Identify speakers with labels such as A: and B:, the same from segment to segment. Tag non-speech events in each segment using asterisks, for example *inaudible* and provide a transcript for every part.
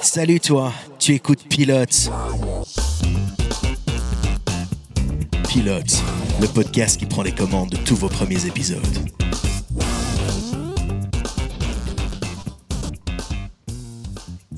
A: Salut toi, tu écoutes Pilote. Pilote, le podcast qui prend les commandes de tous vos premiers épisodes.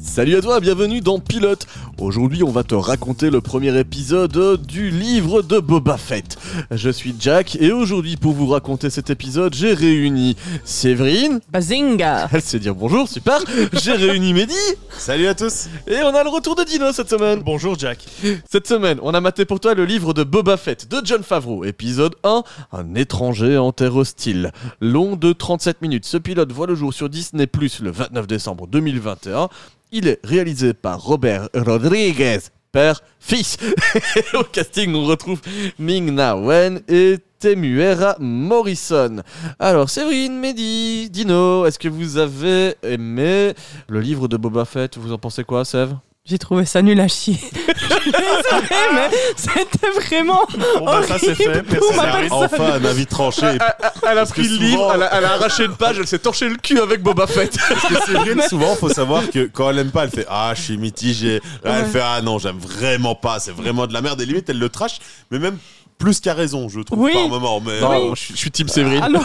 B: Salut à toi, bienvenue dans Pilote. Aujourd'hui, on va te raconter le premier épisode du livre de Boba Fett. Je suis Jack et aujourd'hui, pour vous raconter cet épisode, j'ai réuni Séverine.
C: Bazinga
B: Elle sait dire bonjour, super. J'ai réuni Mehdi.
D: Salut à tous
B: Et on a le retour de Dino cette semaine.
D: Bonjour Jack
B: Cette semaine, on a maté pour toi le livre de Boba Fett de John Favreau, épisode 1, Un étranger en terre hostile. Long de 37 minutes, ce pilote voit le jour sur Disney Plus le 29 décembre 2021. Il est réalisé par Robert Rodriguez, père, fils. *laughs* Et Au casting, on retrouve Ming-Na Wen et Temuera Morrison. Alors, Séverine, Mehdi, Dino, est-ce que vous avez aimé le livre de Boba Fett Vous en pensez quoi, Sève
C: J'ai trouvé ça nul à chier. *laughs* Je suis désolée, mais c'était vraiment.
D: Bon bah ça c'est fait, Ah,
C: Horrible pour ma
D: personne
C: personne.
D: enfin un avis tranché
B: Elle a
D: Parce que souvent-
B: a arraché une page, elle s'est torché le cul avec Boba Fett.
D: Parce que Séverine, souvent, faut savoir que quand elle aime pas, elle fait Ah, je suis mitigée. Là, elle
C: Ouais.
D: fait Ah non, j'aime vraiment pas, c'est vraiment de la merde. Et limite, elle le trash, mais même plus qu'à raison, je trouve,
C: Oui.
D: par moment. Mais
B: Non, *laughs*
C: Oui.
B: non, je suis- je suis Team Séverine.
C: Ah non,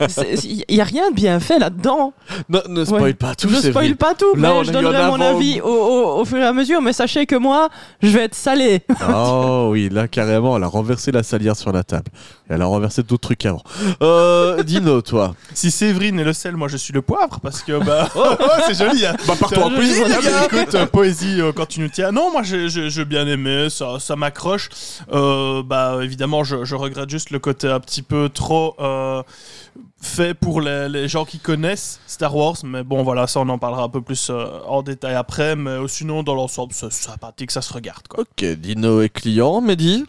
C: mais c'est- il n'y a rien de bien fait là-dedans.
B: Non, ne spoil
C: Ouais.
B: pas tout,
C: Je
B: Séverine.
C: spoil pas tout,
B: Là, on
C: mais
B: a
C: je
B: eu un
C: donnerai mon
B: avant-
C: avis au, au- au fur et à mesure. Mais sachez que moi, je vais être salé.
B: Oh oui, là carrément, elle a renversé la salière sur la table. Et elle a renversé d'autres trucs avant. Euh, Dino, *laughs* toi.
E: Si Séverine est le sel, moi je suis le poivre parce que bah oh, oh, c'est joli. Hein.
B: Bah
E: C'est
C: *laughs*
E: joli,
B: *laughs*
E: voilà, mais *laughs* Écoute, euh, poésie euh, quand tu nous tiens. Non, moi j'ai j'ai- j'ai bien aimé, ça, ça m'accroche. Euh, bah évidemment, je, je regrette juste le côté un petit peu trop euh, fait pour les, les gens qui connaissent Star Wars, mais bon voilà, ça on en parlera un peu plus euh, en détail après. Mais euh, sinon, dans l'ensemble, c'est sympathique, ça se regarde quoi.
B: Ok, Dino est client, Mehdi.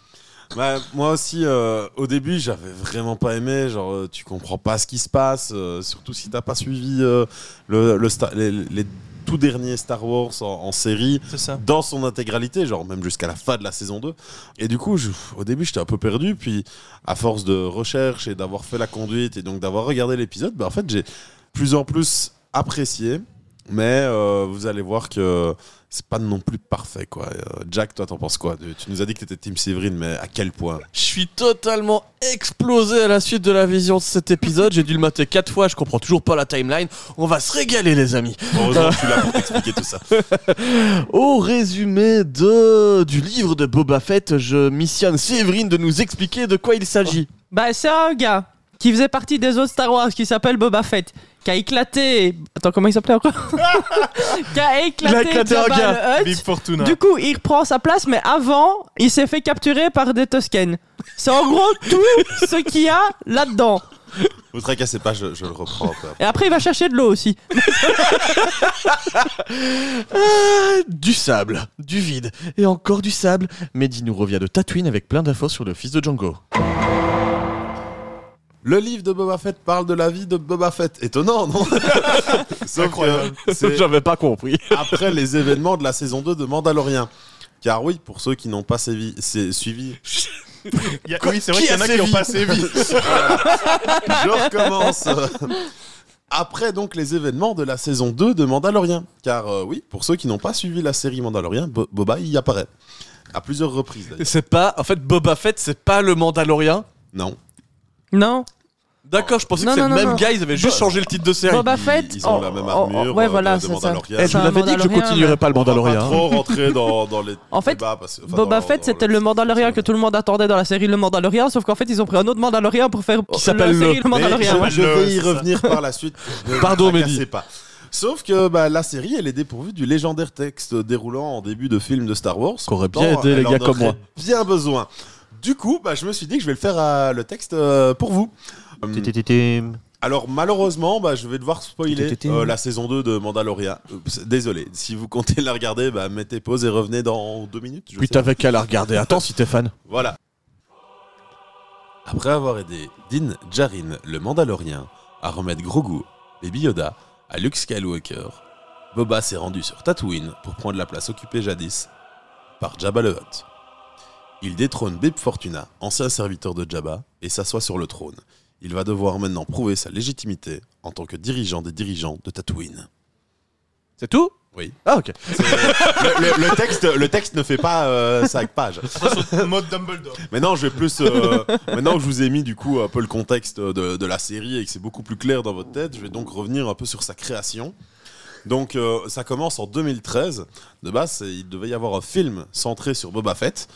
D: Bah, moi aussi, euh, au début, j'avais vraiment pas aimé. Genre, euh, tu comprends pas ce qui se passe, euh, surtout si t'as pas suivi euh, le, le Star- les, les tout derniers Star Wars en- en série.
E: C'est ça.
D: dans son intégralité, genre même jusqu'à la fin de la saison 2. Et du coup, je- au début, j'étais un peu perdu, puis à force de recherche et d'avoir fait la conduite et donc d'avoir regardé l'épisode, bah, en fait, j'ai plus en plus apprécié. Mais euh, vous allez voir que c'est pas non plus parfait, quoi. Euh, Jack, toi, t'en penses quoi Tu tu nous as dit que t'étais Team Séverine, mais à quel point
B: Je suis totalement explosé à la suite de la vision de cet épisode. J'ai dû le mater quatre fois, je comprends toujours pas la timeline. On va se régaler, les amis.
D: Heureusement que je suis là pour t'expliquer tout ça.
B: Au résumé de, du livre de Boba Fett, je missionne Séverine de nous expliquer de quoi il s'agit.
C: Bah, c'est un gars qui faisait partie des autres Star Wars qui s'appelle Boba Fett, qui a éclaté. Attends, comment il
B: *laughs*
C: s'appelait encore Qui a éclaté,
B: éclaté un
C: Jabba
B: gars.
C: le Hutt.
E: Big Fortuna.
C: Du coup, il reprend sa place, mais avant, il s'est fait capturer par des Toscanes. C'est en
D: *laughs*
C: gros tout ce qu'il y a là-dedans.
D: Vous tracassez pas, je, je le reprends. un peu après.
C: Et après, il va chercher de l'eau aussi.
B: Euh, Du sable, du vide et encore du sable. Mehdi nous revient de Tatooine avec plein d'infos sur le fils de Django.
D: Le livre de Boba Fett parle de la vie de Boba Fett. Étonnant, non *laughs* Sauf
E: Incroyable.
D: que
B: *laughs*
D: c'est-
B: J'avais pas compris.
D: après les événements de la saison 2 de Mandalorian. Car oui, pour ceux qui n'ont pas sévi- sé- suivi,
E: Il y a-
B: Quoi-
E: oui, c'est vrai
B: qui
E: qu'il y en
B: a
E: a qui ont
B: sévi *laughs*
E: passé vite.
D: je recommence. euh, Après donc les événements de la saison 2 de Mandalorian. Car euh, oui, pour ceux qui n'ont pas suivi la série Mandalorian, Bo- Boba y apparaît. À plusieurs reprises d'ailleurs.
B: C'est pas. En fait, Boba Fett, c'est pas le Mandalorien.
D: Non.
C: Non
B: D'accord, je pensais
C: Non,
B: que c'est
C: non,
B: le
C: non,
B: même
C: non.
B: gars, ils avaient juste changé le titre de série.
C: Boba Fett
D: Ils ont
C: oh,
D: la même
C: oh,
D: armure
C: oh, ouais,
D: euh,
C: voilà,
D: de
C: c'est ça.
D: Mandalorian.
B: Eh, je
C: C'est
B: vous
C: un
B: l'avais dit que je
C: Mandalorien,
B: continuerais pas le hein.
D: On va pas
B: Mandalorien.
D: trop rentrer dans, dans les
C: En fait,
D: débats parce que- enfin,
C: Boba
D: dans-
C: Fett,
D: dans
C: c'était le Mandalorian que tout le monde attendait dans la série Le Mandalorian, sauf qu'en fait, ils ont pris un autre Mandalorian pour faire
B: Qui s'appelle
C: la
B: le-
C: série Le
D: Mais
C: Mandalorian.
D: je, je
E: Le-
D: vais y
E: c'est ça.
D: revenir par la suite. Ne
B: Pardon,
D: vous tracassez
B: Mehdi.
D: pas. Sauf que bah, la série, elle est dépourvue du légendaire texte déroulant en début de film de Star Wars.
B: Qu'aurait bien
D: Pourtant,
B: aidé les
D: elle en
B: gars comme
D: aurait
B: moi.
D: Bien besoin. Du coup, bah, je me suis dit que je vais le faire euh, le texte euh, pour vous. Hum, alors malheureusement, bah, je vais devoir spoiler euh, la saison 2 de Mandalorian. Oups, Désolé, si vous comptez la regarder, bah, mettez pause et revenez dans deux minutes. je
B: Puis
D: sais pas.
B: t'avais qu'à la regarder. Attends, si t'es fan.
D: Voilà. Après avoir aidé Din Djarin, le Mandalorien, à remettre Grogu, Baby Yoda, à Luke Skywalker, Boba s'est rendu sur Tatooine pour prendre la place occupée jadis par Jabba le Hutt. Il détrône Bib Fortuna, ancien serviteur de Jabba, et s'assoit sur le trône. Il va devoir maintenant prouver sa légitimité en tant que dirigeant des dirigeants de Tatooine.
B: C'est tout
D: Oui.
B: Ah, ok.
D: le, le- le texte, le texte ne fait pas euh, cinq pages.
E: Attention, mode Dumbledore.
D: Maintenant, je vais plus. euh, *laughs* maintenant que je vous ai mis du coup un peu le contexte de, de la série et que c'est beaucoup plus clair dans votre tête, je vais donc revenir un peu sur sa création. Donc, euh, ça commence en 2013. De base, c'est- il devait y avoir un film centré sur Boba Fett.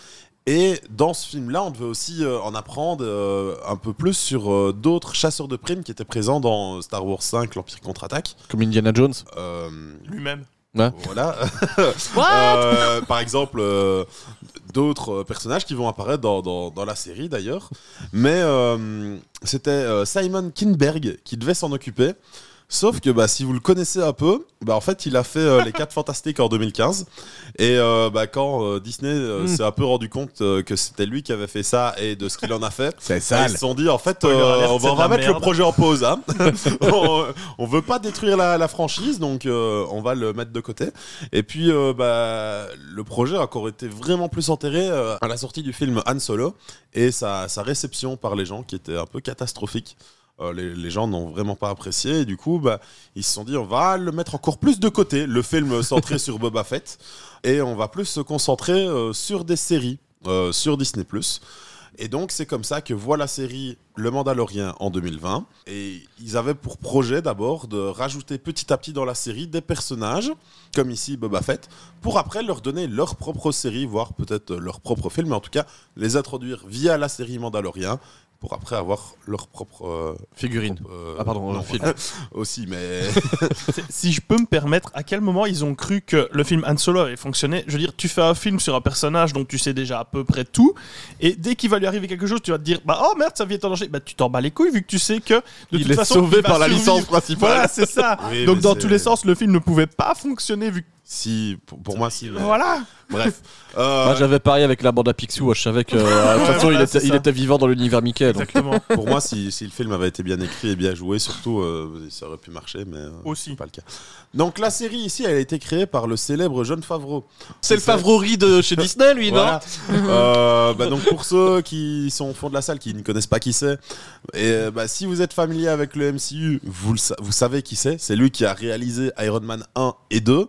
D: Et dans ce film-là, on devait aussi euh, en apprendre euh, un peu plus sur euh, d'autres chasseurs de primes qui étaient présents dans Star Wars 5, l'Empire contre-attaque.
B: Comme Indiana Jones.
D: Euh,
E: Lui-même.
D: voilà.
C: What
D: Euh, par exemple, euh, d'autres euh, personnages qui vont apparaître dans, dans- dans la série d'ailleurs. Mais euh, c'était euh, Simon Kinberg qui devait s'en occuper. Sauf que bah, si vous le connaissez un peu, bah, en fait, il a fait euh, Les 4 Fantastiques en 2015. Et euh, bah, quand euh, Disney euh,
B: Mm.
D: s'est un peu rendu compte euh, que c'était lui qui avait fait ça et de ce qu'il en a fait,
A: C'est
D: ils se sont dit en fait,
E: Spoiler
D: euh,
E: alert,
D: on va,
E: c'est
D: on
E: de
D: va
E: la
D: mettre le
E: merde.
D: projet en pause.
E: *laughs*
D: hein. on, on veut pas détruire la, la franchise, donc euh, on va le mettre de côté. Et puis, euh, bah, le projet a encore été vraiment plus enterré euh, à la sortie du film Han Solo et sa, sa réception par les gens qui était un peu catastrophique. Euh, les, les gens n'ont vraiment pas apprécié et du coup bah, ils se sont dit on va le mettre encore plus de côté le film
E: *laughs*
D: centré sur Boba Fett et on va plus se concentrer euh, sur des séries euh, sur Disney et donc, c'est comme ça que voit la série Le Mandalorien en 2020. Et ils avaient pour projet d'abord de rajouter petit à petit dans la série des personnages, comme ici Boba Fett, pour après leur donner leur propre série, voire peut-être leur propre film, mais en tout cas les introduire via la série Mandalorien pour après avoir leur propre. euh,
B: Figurine.
D: euh,
B: Ah, pardon,
D: non,
B: euh, film.
D: *laughs* aussi, mais.
E: C'est- Si je peux me permettre, à quel moment ils ont cru que le film Han Solo avait fonctionné Je veux dire, tu fais un film sur un personnage dont tu sais déjà à peu près tout, et dès qu'il va lui arriver quelque chose, tu vas te dire bah oh merde, ça vient en danger. Bah tu t'en bats les couilles vu que tu sais que de
B: *laughs* Il
E: toute
B: est
E: façon
B: sauvé
E: il va
B: par la
E: survivre.
B: licence principale.
E: Voilà, c'est ça.
D: *laughs* Oui,
E: Donc
D: mais
E: dans
D: c'est-
E: tous les sens, le film ne pouvait pas fonctionner vu que
D: Si, pour, pour moi, si. mais-
E: voilà.
D: Bref. Euh,
B: Moi, j'avais parié avec la bande à Picsou, je savais que euh, *laughs* de toute façon, il,
E: voilà,
B: était,
E: c'est
B: il
E: ça.
B: était vivant dans l'univers Mickey. donc.
E: Exactement.
D: pour moi, si, si le film avait été bien écrit et bien joué, surtout, euh, ça aurait pu marcher, mais. euh,
E: Aussi.
D: pas le cas. Donc la série ici, elle a été créée par le célèbre John Favreau.
B: C'est le favori de chez Disney, lui,
D: Voilà. Euh, bah donc pour ceux qui sont au fond de la salle, qui ne connaissent pas qui c'est, et euh, bah, si vous êtes familier avec le MCU, vous, le sa- vous savez qui c'est. C'est lui qui a réalisé Iron Man 1 et 2,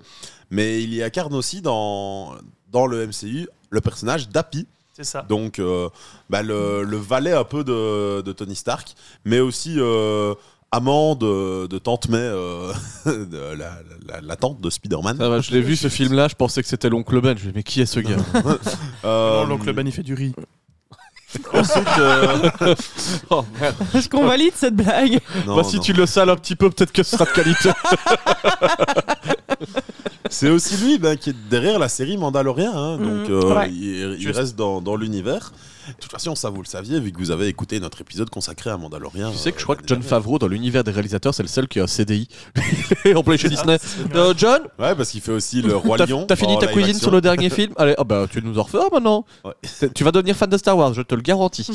D: mais il y incarne aussi dans, dans le MCU le personnage d'Happy,
E: C'est ça.
D: donc euh, bah, le, le valet un peu de, de Tony Stark, mais aussi euh, amant de, de Tante May, euh, *laughs* de la, la- la tante de Spider-Man.
B: Ça va, je l'ai vu ce film-là, je pensais que c'était l'oncle Ben. Je me dis, mais qui est ce gars
D: Euh,
E: Non, l'oncle Ben il fait du riz.
D: Ensuite, euh,
B: *laughs* Oh, merde.
C: Est-ce qu'on valide cette blague
D: non,
B: Bah, si
D: non.
B: tu le sales un petit peu, peut-être que ce sera de qualité.
D: C'est aussi lui ben, qui est derrière la série Mandalorian. hein. Donc
C: Mhm,
D: euh,
C: ouais.
D: il, il
E: Juste.
D: reste dans, dans l'univers. De toute façon, ça vous le saviez, vu que vous avez écouté notre épisode consacré à
B: *laughs*
D: Mandalorian.
B: Tu sais que
D: euh,
B: je crois que
D: l'année
B: John
D: dernière.
B: Favreau, dans l'univers des réalisateurs, c'est le seul qui a un *laughs* CDI. Il est employé chez Disney. Euh, John,
D: Ouais, parce qu'il fait aussi le Roi
B: t'as
D: Lion.
B: t'as fini
D: en
B: ta
D: live
B: cuisine
D: action.
B: sur le dernier *laughs* film Allez, ah bah, tu nous en refais un maintenant.
D: Ouais.
B: C'est- Tu vas devenir fan de Star Wars, je te le *laughs* garantis.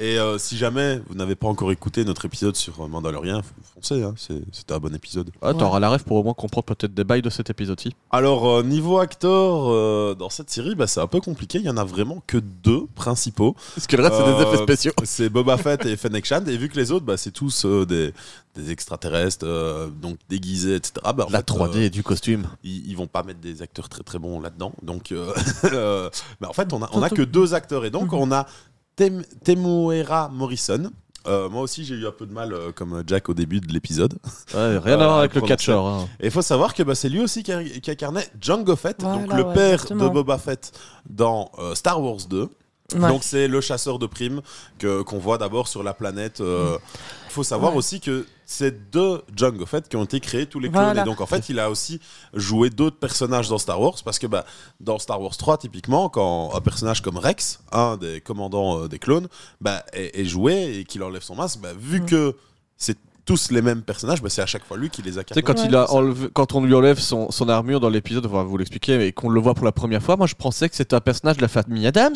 D: Et euh, si jamais vous n'avez pas encore écouté notre épisode sur euh, Mandalorian, f- foncez, hein, c'est- c'était un bon épisode.
B: Ah, T'auras la rêve pour au moins comprendre peut-être des bails de cet épisode-ci.
D: Alors, euh, niveau acteur, euh, dans cette série, bah, c'est un peu compliqué. Il y en a vraiment que deux principaux.
B: Parce que le reste, c'est des
D: Euh,
B: effets spéciaux.
D: C'est Boba Fett et Fennec Shand. Et vu que les autres, bah, c'est tous euh, des, des extraterrestres, euh, donc déguisés, etc. Bah, en
B: La
D: fait,
B: 3D
D: euh,
B: et du costume.
D: ils, ils vont pas mettre des acteurs très très bons là-dedans. Donc, euh, *laughs* euh, bah, en fait, on a, on a que deux acteurs. Et donc, on a Tem- Temuera Morrison. Euh, moi aussi, j'ai eu un peu de mal, euh, comme Jack au début de l'épisode.
B: Ouais, rien à
D: Euh,
B: voir avec le
D: prononcer.
B: catcheur. hein.
D: Et il faut savoir que bah, c'est lui aussi qui, a- qui incarnait Jango Fett,
C: Voilà,
D: donc le
C: ouais,
D: père
C: exactement.
D: de Boba Fett dans euh, Star Wars 2.
C: Ouais.
D: Donc c'est le chasseur de primes que- qu'on voit d'abord sur la planète. Il faut savoir
C: Mm. Ouais.
D: aussi que c'est deux Jango Fett qui ont été créés tous les clones.
C: Voilà.
D: Et donc en fait, il a aussi joué d'autres personnages dans Star Wars parce que bah, dans Star Wars 3, typiquement, quand un personnage comme Rex, un des commandants euh, des clones, bah, est, est joué et qu'il enlève son masque, bah, vu
C: Mm.
D: que c'est tous les mêmes personnages, bah, c'est à chaque fois lui qui les a
B: Tu sais, quand,
C: Ouais,
B: il a
D: c'est ça.
B: enlevé, quand on lui enlève son, son armure dans l'épisode, on va vous l'expliquer, et qu'on le voit pour la première fois, moi je pensais que c'était un personnage de la famille Adams.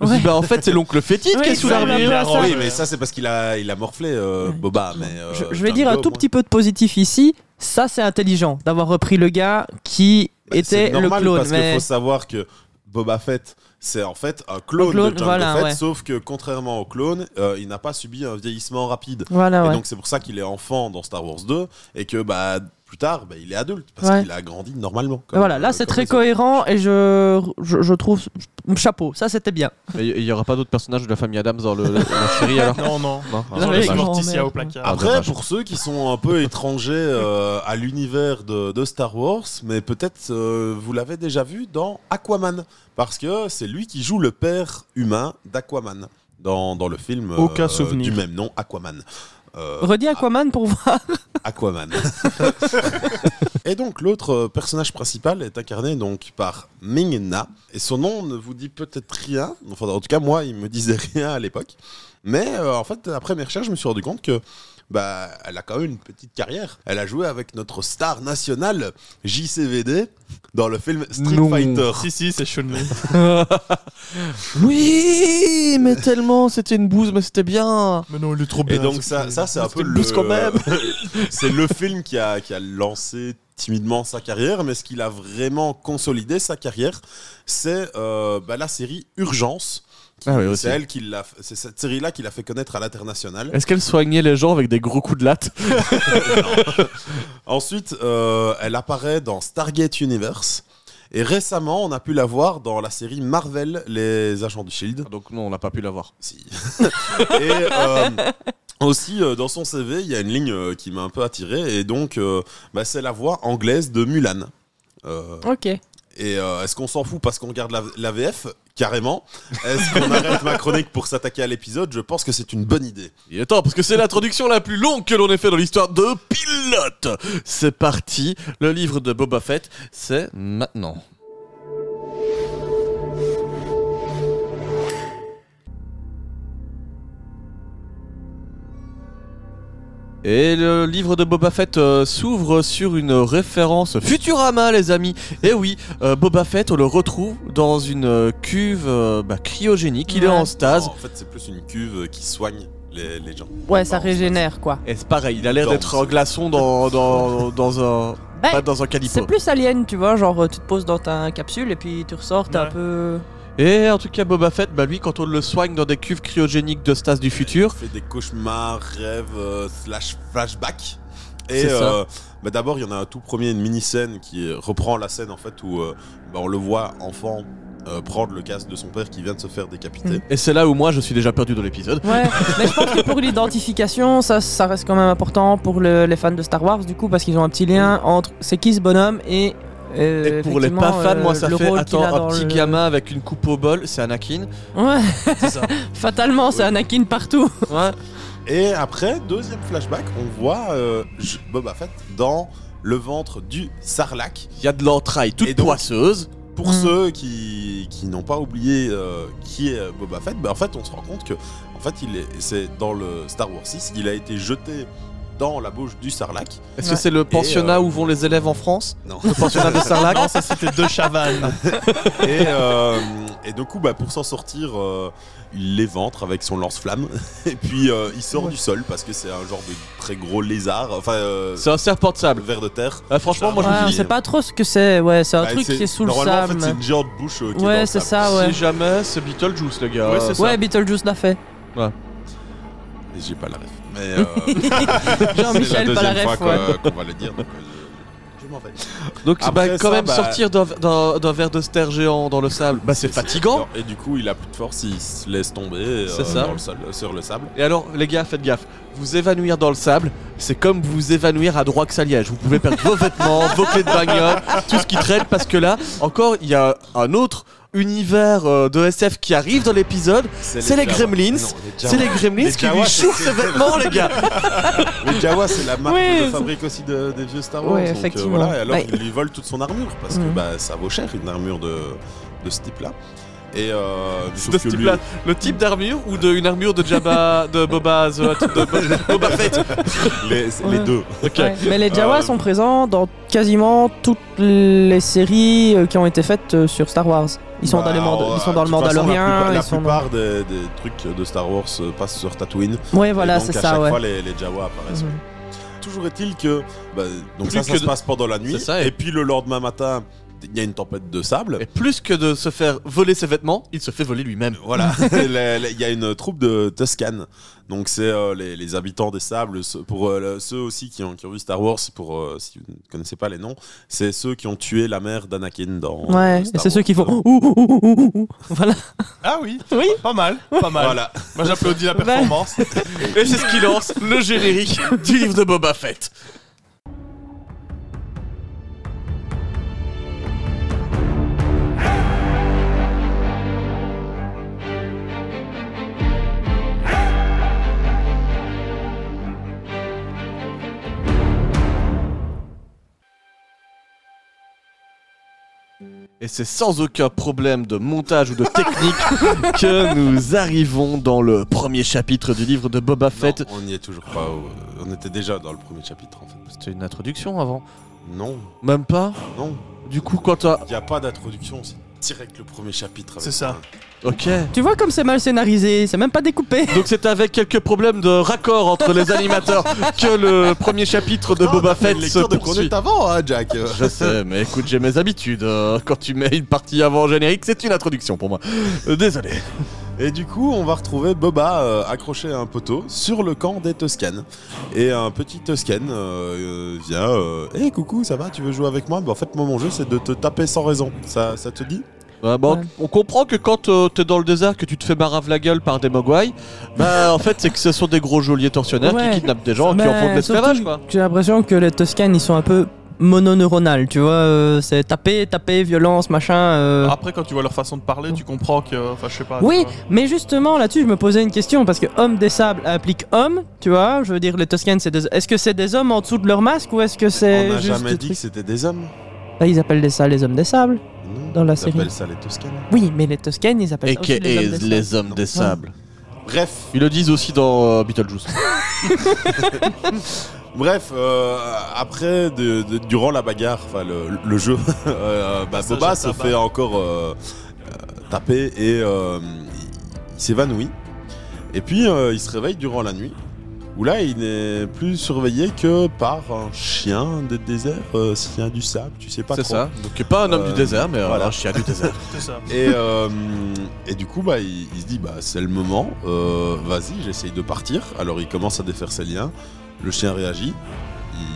B: Je me suis dit,
C: Ouais.
B: bah en fait, c'est l'oncle fétide
C: Ouais,
B: qui est sous
C: c'est
B: l'armure.
C: la-
D: Ah Oui,
E: Euh,
D: mais ça c'est parce qu'il a, il a morflé euh,
C: Ouais.
D: Boba. Mais, euh,
C: je, je vais dire un
D: Django,
C: tout
D: moi.
C: petit peu de positif ici. Ça, c'est intelligent d'avoir repris le gars qui
D: Bah,
C: était
D: c'est normal
C: le clone.
D: Parce
C: mais...
D: qu'il faut savoir que Boba Fett, c'est en fait un clone,
C: Un clone,
D: de Jango
C: voilà,
D: Fett,
C: ouais.
D: sauf que contrairement au clone, euh, il n'a pas subi un vieillissement rapide.
C: Voilà,
D: Et
C: Ah ouais.
D: donc c'est pour ça qu'il est enfant dans Star Wars 2 et que bah plus tard bah, il est adulte parce
C: Ouais.
D: qu'il a grandi normalement.
C: Et
D: comme-
C: voilà, là
D: euh,
C: c'est
D: comme
C: très
D: les autres.
C: cohérent et je, je, je trouve chapeau, ça c'était bien.
B: Il n'y aura pas d'autres personnages de la famille Adams dans le, la- la *laughs* série alors
E: Non, non.
B: Non, hein,
E: Ils ont
C: les
E: les
B: dommage.
C: grands.
E: Morticia
C: grands-mères.
E: au placard.
B: Ah,
D: Après,
B: dommage.
D: pour ceux qui sont un peu étrangers euh, à l'univers de, de Star Wars, mais peut-être euh, vous l'avez déjà vu dans Aquaman, parce que c'est lui qui joue le père humain d'Aquaman dans, dans le film euh,
E: Aucun souvenir.
D: du même nom, Aquaman. Euh,
C: Redis Aquaman pour voir.
D: Aquaman. *laughs* et donc l'autre euh, personnage principal est incarné donc par Ming Na et son nom ne vous dit peut-être rien. Enfin en tout cas moi il me disait rien à l'époque. Mais euh, en fait après mes recherches je me suis rendu compte que bah elle a quand même une petite carrière. Elle a joué avec notre star nationale JCVD dans le film Street
B: Non.
D: Fighter.
E: Si, si, c'est Chun-Li.
B: Oui, mais tellement, c'était une bouse, mais c'était bien.
E: Mais non, il est trop
D: Et
E: bien.
D: donc
E: ce
D: ça,
E: film.
D: ça c'est un
B: Parce
D: peu
B: qu'il
D: le...
B: pousse quand même.
D: *laughs* c'est le film qui a, qui a lancé timidement sa carrière, mais ce qu'il a vraiment consolidé sa carrière, c'est euh, bah, la série Urgence. qui-
B: Ah oui, aussi.
D: c'est elle qui l'a, c'est cette série-là qui l'a fait connaître à l'international. *laughs*
B: Est-ce qu'elle soignait les gens avec des gros coups de latte
D: Ensuite, euh, elle apparaît dans Stargate Universe. Et récemment, on a pu la voir dans la série Marvel, les agents du Shield.
B: Donc non, on n'a pas pu l'avoir.
D: Si. *laughs* et euh, aussi, euh, dans son CV, il y a une ligne euh, qui m'a un peu attiré, et donc, euh, bah, c'est la voix anglaise de Mulan. Euh,
C: ok.
D: et euh, est-ce qu'on s'en fout parce qu'on regarde la, la VF Carrément. Est-ce qu'on arrête ma chronique pour s'attaquer à l'épisode Je pense que c'est une bonne idée.
B: Il est temps, parce que c'est l'introduction la plus longue que l'on ait fait dans l'histoire de Pilote. C'est parti, le livre de Boba Fett, c'est maintenant. Et le livre de Boba Fett euh, s'ouvre sur une référence Futurama, les amis. Et oui, euh, Boba Fett, on le retrouve dans une euh, cuve euh, bah, cryogénique. Il est
C: Ouais.
B: en stase.
D: en fait, c'est plus une cuve euh, qui soigne les, les gens.
C: Ouais, ça
D: Non,
C: régénère quoi.
B: Et c'est pareil, il a l'air
D: Dans-
B: d'être un glaçon dans, dans, dans un.
C: Bah,
B: pas dans un calipo.
C: c'est plus alien, tu vois, genre euh, tu te poses dans ta capsule et puis tu ressors, t'es un
E: Ouais.
C: peu.
B: Et en tout cas, Boba Fett, bah lui, quand on le soigne dans des cuves cryogéniques de stase du futur,
D: Il fait des cauchemars, rêves, euh, slash flashback. Et
B: C'est ça.
D: euh, bah, d'abord, il y en a un tout premier, une mini-scène qui reprend la scène en fait où euh, bah, on le voit enfant euh, prendre le casque de son père qui vient de se faire décapiter.
B: et c'est là où moi je suis déjà perdu dans l'épisode.
C: Ouais, mais je pense que pour l'identification, ça, ça reste quand même important pour le- les fans de Star Wars, du coup, parce qu'ils ont un petit lien entre c'est qui ce bonhomme et. euh,
B: Et pour les
C: effectivement,
B: pas fans,
C: euh,
B: moi ça
C: le
B: fait
C: rôle qu'il
B: attends,
C: a dans
B: un petit
C: le-
B: gamin avec une coupe au bol, c'est
C: *laughs*
B: Anakin.
C: Ouais,
E: C'est ça.
C: *laughs* fatalement, c'est
D: Ouais.
C: Anakin partout.
B: Ouais.
D: Et après, deuxième flashback, on voit euh, J- Boba Fett dans le ventre du Sarlacc.
B: Il y a de l'entraille toute
D: Et donc-
B: poisseuse.
D: Pour
C: Mm.
D: ceux qui, qui n'ont pas oublié euh, qui est Boba Fett, bah, en fait, on se rend compte que en fait, il est, c'est dans le Star Wars 6, il a été jeté dans la bouche du Sarlacc.
B: Est-ce
C: Ouais.
B: que c'est le pensionnat où vont les élèves en France
D: *laughs* Non.
B: Le pensionnat de Sarlac
E: Non, ça c'était deux chavannes.
D: et, euh, et du coup, bah, pour s'en sortir, euh, il l'éventre avec son lance-flamme. *laughs* Et puis, euh, il sort du sol parce que c'est un genre de très gros lézard, enfin, euh,
B: C'est un serpent de sable.
D: ver de terre.
B: Ah, franchement, moi je
C: Ouais,
B: me
C: on
B: dis,
C: sait pas trop ce que c'est. Ouais, c'est un
D: Bah,
C: truc
D: c'est-
C: qui est sous le
D: normalement, en
C: sable.
D: fait, c'est une géante bouche euh, qui est dans
C: ouais,
D: le
C: c'est
D: sable.
C: ça, Ah, ouais.
B: si jamais c'est Beetlejuice, le gars.
E: Ouais, c'est ça.
C: Ouais, Beetlejuice l'a fait.
D: Et J'ai pas la ref.
C: *laughs*
D: Mais euh, *laughs* c'est la
C: Jean-Michel, pas la
D: deuxième fois
C: ref,
D: qu'on
C: ouais.
D: qu'on va le dire. donc, euh, je m'en vais.
B: Donc,
D: Après
B: bah, quand
D: ça,
B: même
D: bah-
B: sortir d'un- d'un d'un verre de ster géant dans le sable, bah c'est fatigant.
D: Et du coup, il a plus de force, il se laisse tomber euh,
B: C'est ça.
D: dans le sol- sur le sable.
B: Et alors, les gars, faites gaffe. Vous évanouir dans le sable, c'est comme vous évanouir à droite à Liège. Vous pouvez perdre vos vêtements, vos clés de bagnole, tout ce qui traîne, parce que là, encore, il y a un autre univers euh, de SF qui arrive dans l'épisode. C'est les
D: Jawas.
B: Gremlins.
D: Non,
B: C'est les
D: Jawas.
B: Gremlins
D: Les
B: qui lui
D: Jawas,
B: chauffent
D: c'est-
B: ses vêtements, les gars.
D: Les Jawas, c'est la marque
C: Oui,
D: de
C: c'est-
D: fabrique aussi de- des vieux Star Wars.
C: Ouais,
D: donc, euh,
C: effectivement.
D: voilà, et alors,
C: Bah,
D: ils lui volent toute son armure parce que
C: Mhm.
D: bah, ça vaut cher une armure de, de ce type-là. Et euh, sauf
B: De
D: que
B: ce
D: lui-
B: type-là. Le type d'armure ou de une armure de Jabba, de Boba, the
D: *laughs*
B: Hutt, de Bo- Boba *laughs* Fett.
D: les, c'est les
C: Ouais.
D: deux.
B: Ok.
C: Ouais, Mais les Jawas
D: Euh,
C: sont présents dans quasiment toutes les séries euh, qui ont été faites euh, sur Star Wars. Ils sont
D: Bah,
C: dans, les Manda-
D: alors,
C: ils sont
D: euh,
C: dans le
D: de toute façon,
C: Mandalorian.
D: La plupart, la
C: ils sont
D: plupart des, des trucs de Star Wars euh, passent sur Tatooine.
C: dans- Ouais,
D: Et
C: voilà,
D: donc,
C: c'est
D: à chaque
C: ça, ouais.
D: fois, les, les Jawas apparaissent.
C: Mhm.
D: Toujours est-il que bah, donc
B: Plus
D: ça, ça
B: que
D: se
B: de-
D: passe pendant la nuit.
B: C'est ça, et-
D: et... puis le lendemain matin, il y a une tempête de sable.
B: Et plus que de se faire voler ses vêtements, il se fait voler lui-même.
D: Voilà, *laughs* Les- les- il y a une troupe de Toscane. Donc, c'est euh, les, les habitants des sables. ceux- Pour euh, le- ceux aussi qui ont, qui ont vu Star Wars, pour, euh, si vous ne connaissez pas les noms, c'est ceux qui ont tué la mère d'Anakin dans. euh,
C: Ouais, et
D: Star
C: c'est ceux
D: Wars.
C: qui font. ouh, ouh, ouh, ouh, ouh, *laughs* ouh. Voilà.
E: Ah oui,
C: Oui.
E: pas mal,
B: *laughs*
E: pas mal.
D: Voilà.
E: Moi j'applaudis
D: *laughs*
E: la
D: Bah.
C: Ouais.
E: performance.
B: Et c'est ce qui lance le générique du livre de Boba Fett. Et c'est sans aucun problème de montage ou de technique
D: *laughs*
B: que nous arrivons dans le premier chapitre du livre de Boba Fett.
D: Non, on n'y est toujours pas. au- On était déjà dans le premier chapitre, en fait.
B: C'était une introduction avant.
D: Non,
B: Même pas
D: non.
B: Du coup, quand t'as.
D: Il n'y a pas d'introduction, c'est direct le premier chapitre. avec-
E: C'est ça.
B: Ok.
C: Tu vois comme c'est mal scénarisé, c'est même pas découpé.
B: Donc c'est avec quelques problèmes de raccord entre les animateurs que le premier chapitre de
D: Non,
B: Boba
D: on a fait
B: Fett
D: une
B: se
D: lecture de conduite
B: poursuit.
D: avant, hein, Jack.
B: Je sais, mais écoute, j'ai mes habitudes. Euh, quand tu mets une partie avant le générique, c'est une introduction pour moi. Euh, désolé.
D: Et du coup, on va retrouver Boba euh, accroché à un poteau sur le camp des Toscanes. Et un petit Toscane euh, euh, vient euh, Hey, coucou, ça va Tu veux jouer avec moi Bah, En fait, moi, mon jeu, c'est de te taper sans raison. Ça, ça te dit
B: Ouais, bon,
C: Ouais.
B: On comprend que quand euh, t'es dans le désert, que tu te fais barave la gueule par des mogwai, bah en fait c'est que ce sont des gros geôliers tortionnaires
C: Ouais.
B: qui kidnappent des gens et qui en
C: Mais
B: font de l'esclavage
C: surtout,
B: quoi.
C: J'ai l'impression que les Toscanes ils sont un peu mononeuronales, tu vois. euh, c'est taper, taper, violence, machin. euh.
E: Après quand tu vois leur façon de parler, tu comprends que, enfin je sais pas.
C: Oui,
E: tu vois.
C: mais justement là-dessus, je me posais une question parce que homme des sables implique homme, tu vois. Je veux dire, les Toscanes, c'est des... est-ce que c'est des hommes en dessous de leur masque ou est-ce que c'est
D: On n'a
C: Eh, juste
D: jamais
C: des
D: dit que
C: trucs-
D: c'était des hommes.
C: Bah, ils appellent ça les hommes des sables.
D: Non,
C: Dans la
D: ils appellent
C: série.
D: ça les Toscanes.
C: Oui, mais les Toscanes, ils appellent
B: Et
C: ça aussi les hommes des sables.
B: les hommes des sables.
D: Bref,
B: Ils le disent aussi dans euh, Beetlejuice.
D: bref. euh, après, de- de- durant la bagarre, enfin le, le jeu, *laughs* euh, bah,
E: Passage
D: Boba
E: à
D: se
E: tabac.
D: fait encore euh, euh, taper et euh, il s'évanouit. Et puis, euh, il se réveille durant la nuit. Où là, il n'est plus surveillé que par un chien de désert, euh, chien du sable, tu sais pas
B: C'est
D: trop.
B: ça. Donc pas un homme
D: Euh,
B: du désert, mais euh,
D: voilà.
B: un chien du désert.
E: C'est ça.
D: Et, euh, et du coup, bah, il, il se dit, bah, c'est le moment, euh, vas-y, j'essaye de partir. Alors il commence à défaire ses liens, le chien réagit,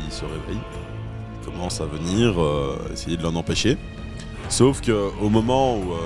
D: il se réveille, il commence à venir, euh, essayer de l'en empêcher. Sauf que au moment où euh,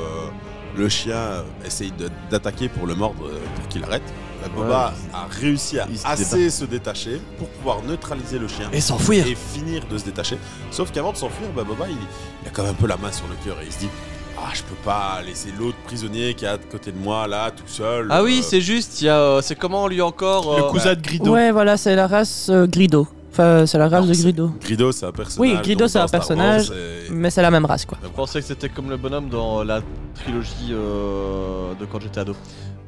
D: le chien essaye de- d'attaquer pour le mordre, euh, pour qu'il arrête, la Boba a réussi à
B: il se
D: assez se détacher pour pouvoir neutraliser le chien
B: Et s'enfuir.
D: et finir de se détacher. Sauf qu'avant de s'enfuir, bah, Boba il, il a quand même un peu la main sur le cœur et il se dit Ah, je peux pas laisser l'autre prisonnier qui est à côté de moi là tout seul.
B: Ah oui,
D: Euh,
B: c'est juste, il y a, euh, c'est comment lui encore
E: Le
B: euh,
E: cousin de Grido.
C: Ouais, voilà, c'est la race euh, Grido. Enfin, c'est la race
D: Non,
C: de
D: c'est-
C: Grido.
D: Grido, c'est un personnage.
C: Oui, Grido,
D: donc,
C: c'est
D: dans
C: un
D: Star
C: personnage.
D: Wars, et-
C: Mais c'est la même race, quoi.
B: Je pensais que c'était comme le bonhomme dans euh, la trilogie euh, de quand j'étais ado.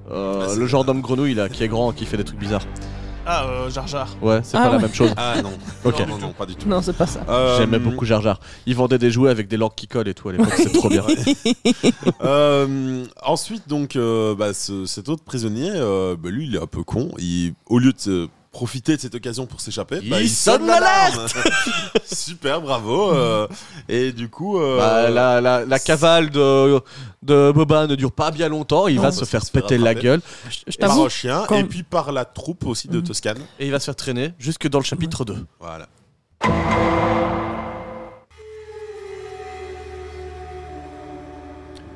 B: Euh,
D: Ah, c'est-
B: le genre d'homme grenouille là, qui est grand, qui fait des trucs bizarres.
E: Ah euh, Jar Jar.
B: Ouais, c'est
C: Ah
B: pas la
C: ouais.
B: même chose.
D: Ah non,
B: Ok.
D: non, non, non, pas du tout.
C: Non, c'est pas ça.
D: Euh,
B: J'aimais beaucoup Jar Jar. Il vendait des jouets avec des langues qui collent et tout à l'époque, c'est *laughs* trop bien.
D: Euh, ensuite, donc, euh, bah, ce- cet autre prisonnier, euh, bah, lui, il est un peu con. Il, au lieu de se profiter de cette occasion pour s'échapper,
B: Il
D: bah,
B: sonne
D: *laughs* Super, bravo. euh, et du coup, euh,
B: Bah, la, la- la cavale de, de Boba ne dure pas bien longtemps, il
D: Non,
B: va
D: parce
B: bah, se
D: qu'il
B: faire
D: se fait
B: péter la
D: rattraper.
B: gueule
C: Je- Je
D: par
C: t'avoue.
D: un chien
C: quand-
D: et puis par la troupe aussi de
C: Mhm.
D: Toscane.
B: et il va se faire traîner jusque dans le chapitre 2.
D: Voilà.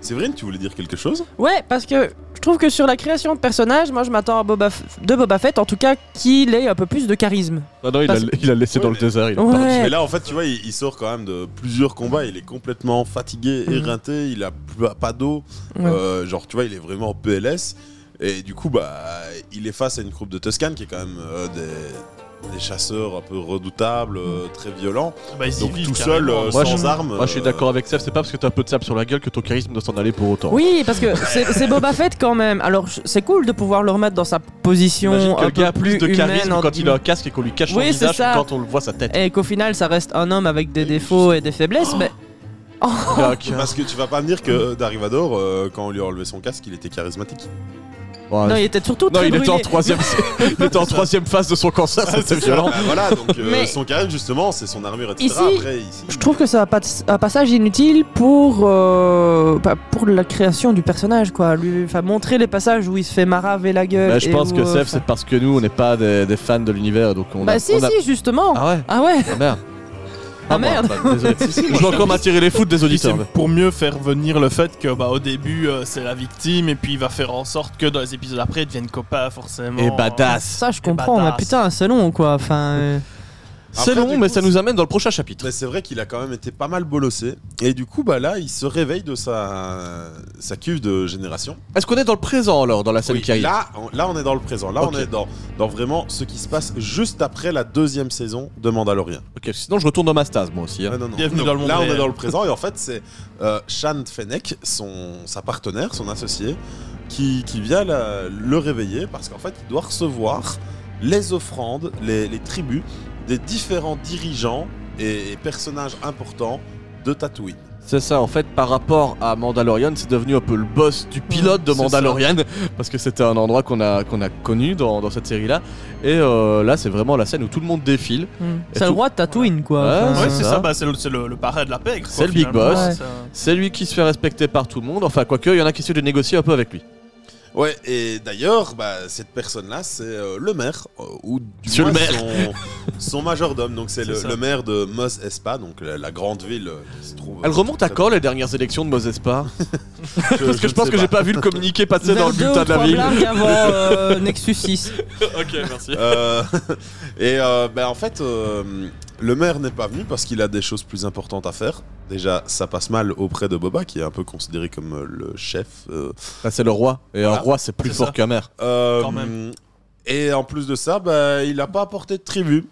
D: Séverine, tu voulais dire quelque chose
C: Ouais, parce que je trouve que sur la création de personnages, moi je m'attends à Boba F- de Boba Fett, en tout cas, qu'il ait un peu plus de charisme.
B: Ah non, il,
C: Parce-
B: a, il a laissé
D: Ouais,
B: dans le
D: mais-
B: désert. il est parti.
D: Mais
C: Ouais.
D: là, en fait, tu vois, il, il sort quand même de plusieurs combats. Il est complètement fatigué,
C: Mhm.
D: éreinté. Il a plus- pas d'eau.
C: Ouais.
D: Euh, genre, tu vois, il est vraiment en PLS. Et du coup, bah, il est face à une troupe de Toscane qui est quand même euh, des, des chasseurs un peu redoutables, euh, très violents.
E: Bah, ils y
D: Donc
E: vivent
D: tout seul,
E: carrément.
D: euh,
B: Moi,
D: sans
B: je-
D: armes.
B: Moi je suis
D: euh,
B: d'accord avec Seth, c'est pas parce que t'as un peu de sable sur la gueule que ton charisme doit s'en aller pour autant.
C: Oui, parce que c'est c'est Boba Fett quand même. Alors je- c'est cool de pouvoir le remettre dans sa position
B: Imagine que
C: un
B: le gars a
C: peu
B: plus
C: plus
B: de charisme
C: humaine, en-
B: quand il a un casque et qu'on lui cache
C: Oui,
B: son
C: c'est
B: visage
C: ça.
B: quand on le voit sa
C: *laughs*
B: tête.
C: Et qu'au final, ça reste un homme avec des défauts et des faiblesses, mais
B: Il a un casque.
D: euh, Parce que tu vas pas me dire que Darivador, euh, quand on lui a enlevé son casque, il était charismatique.
B: Ouais,
C: Non, il était surtout
B: Oh. non,
C: très
B: il était en
C: brûlé.
B: troisième,
C: *laughs*
B: il était en troisième phase de son cancer, c'était
D: c'est
B: violent.
D: ça. Bah voilà, donc euh,
C: Mais-
D: son carême, justement, c'est son armure, etc.
C: Ici,
D: Après, ici.
C: Je trouve que c'est un, pas- un passage inutile pour, euh, bah, pour la création du personnage, quoi. Lui, enfin, montrer les passages où il se fait maraver la gueule.
B: Bah, je
C: et
B: pense
C: où,
B: que
C: euh,
B: Sef, c'est parce que nous, on n'est pas des, des fans de l'univers, donc on a.
C: Bah, si,
B: on a-
C: si, justement. Ah,
B: Ah ouais
C: ouais.
B: Ah merde.
C: Ah,
B: moi,
C: merde.
B: bah, désolé.
E: moi,
B: Je vais
E: je
B: encore m'attirer les foutes des
E: Puis c'est
B: auditeurs.
E: pour mieux faire venir le fait que bah, au début euh, c'est la victime et puis il va faire en sorte que dans les épisodes après ils deviennent copains forcément.
B: Et Eh, badass.
C: Ça, je comprends, mais
E: badass.
C: putain, c'est long, quoi. Enfin, euh,
B: C'est
D: Après,
B: long,
D: du
B: mais
D: coup,
B: ça nous amène dans le prochain chapitre.
D: Mais c'est vrai qu'il a quand même été pas mal bolossé. Et du coup, bah là, il se réveille de sa, sa cuve de génération.
B: Est-ce qu'on est dans le présent alors, dans la scène
D: Oui,
B: qui arrive
D: là, on, là, on est dans le présent. Là,
B: Ok.
D: on est dans, dans vraiment ce qui se passe juste après la deuxième saison de Mandalorian.
B: Ok, sinon je retourne dans ma stase moi aussi. hein.
D: Ah, non, non.
E: Bienvenue
D: Donc,
E: dans le monde
D: Là, on
E: réel.
D: est dans le présent. Et en fait, c'est euh, Shan Fennec, son, sa partenaire, son associé, qui, qui vient la- le réveiller parce qu'en fait, il doit recevoir les offrandes, les, les tribus des différents dirigeants et, et personnages importants de Tatooine.
B: C'est ça, en fait, par rapport à Mandalorian, c'est devenu un peu le boss du pilote de
E: c'est
B: Mandalorian, *laughs* parce que c'était un endroit qu'on a, qu'on a connu dans, dans cette série-là. Et euh, là, c'est vraiment la scène où tout le monde défile.
C: hmm.
B: Et
C: c'est le
B: tout-
C: roi de Tatooine, quoi.
B: Ouais,
C: Enfin,
E: Ouais, c'est
B: ça.
E: ça, bah, c'est le, c'est le, le parrain de la pègre. quoi,
B: C'est le big
E: finalement.
C: boss.
E: Ouais, ça-
B: C'est lui qui se fait respecter par tout le monde, enfin, quoique, il y en a qui essaient de négocier un peu avec lui.
D: Ouais, et d'ailleurs, bah, cette personne-là, c'est euh, le maire, euh, ou du
B: Monsieur
D: moins
B: le maire.
D: Son, son majordome. Donc, c'est
E: C'est
D: le,
E: ça.
D: le maire de Mos Espa, donc la, la grande ville euh, qui se trouve.
B: Elle remonte à
D: très-
B: quand les dernières élections de Mosespa Parce que je,
D: ne
B: pense
D: sais
B: que j'ai
D: pas.
B: pas vu le communiqué passer
C: vers
B: dans le
C: deux
B: bulletin
C: ou
B: de la
C: trois
B: ville.
C: blagues avant euh,
B: *laughs*
C: Nexus 6.
D: *laughs*
B: ok, merci.
D: Euh, *laughs* et euh, bah, en fait, euh, le maire n'est pas venu parce qu'il a des choses plus importantes à faire. Déjà, ça passe mal auprès de Boba, qui est un peu considéré comme euh, le chef. euh,
B: Ah, c'est le roi, et un
D: Voilà.
B: roi, c'est plus
E: C'est
B: fort
E: ça.
B: qu'un maire.
D: euh,
E: Quand même.
D: Et en plus de ça, bah, il n'a pas apporté de tribu.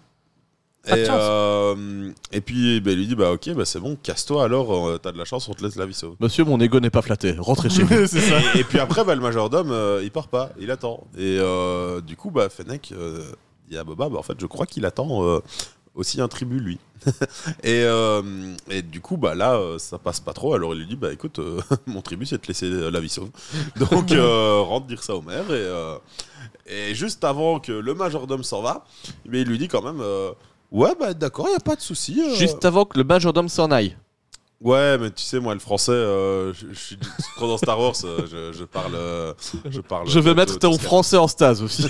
C: Pas de
D: et,
C: chance.
D: euh, et puis bah, il lui dit bah ok bah, c'est bon casse-toi alors euh, t'as de la chance on te laisse la vie sauve.
B: Monsieur, mon ego n'est pas flatté, rentrez chez vous.
E: *laughs* c'est ça.
D: Et puis après bah, le majordome euh, il part pas il attend et euh, du coup bah Fennec euh, dit à Boba bah, en fait je crois qu'il attend euh, aussi un tribut lui *laughs* et, euh, et du coup bah là euh, ça passe pas trop alors il lui dit bah écoute euh, *laughs* mon tribut c'est de te laisser euh, la vie sauve donc euh, rentre dire ça au maire et, euh, et juste avant que le majordome s'en va mais il lui dit quand même euh, ouais bah d'accord y a pas de souci
B: *laughs*
D: euh.
B: Juste avant que le majordome s'en aille.
D: Ouais, mais tu sais, moi, le français, euh, je, je suis trop dans Star Wars, euh, je, je parle. euh, je parle.
B: Je vais
D: de-
B: mettre
D: de-
B: ton
D: de-
B: français en stase aussi.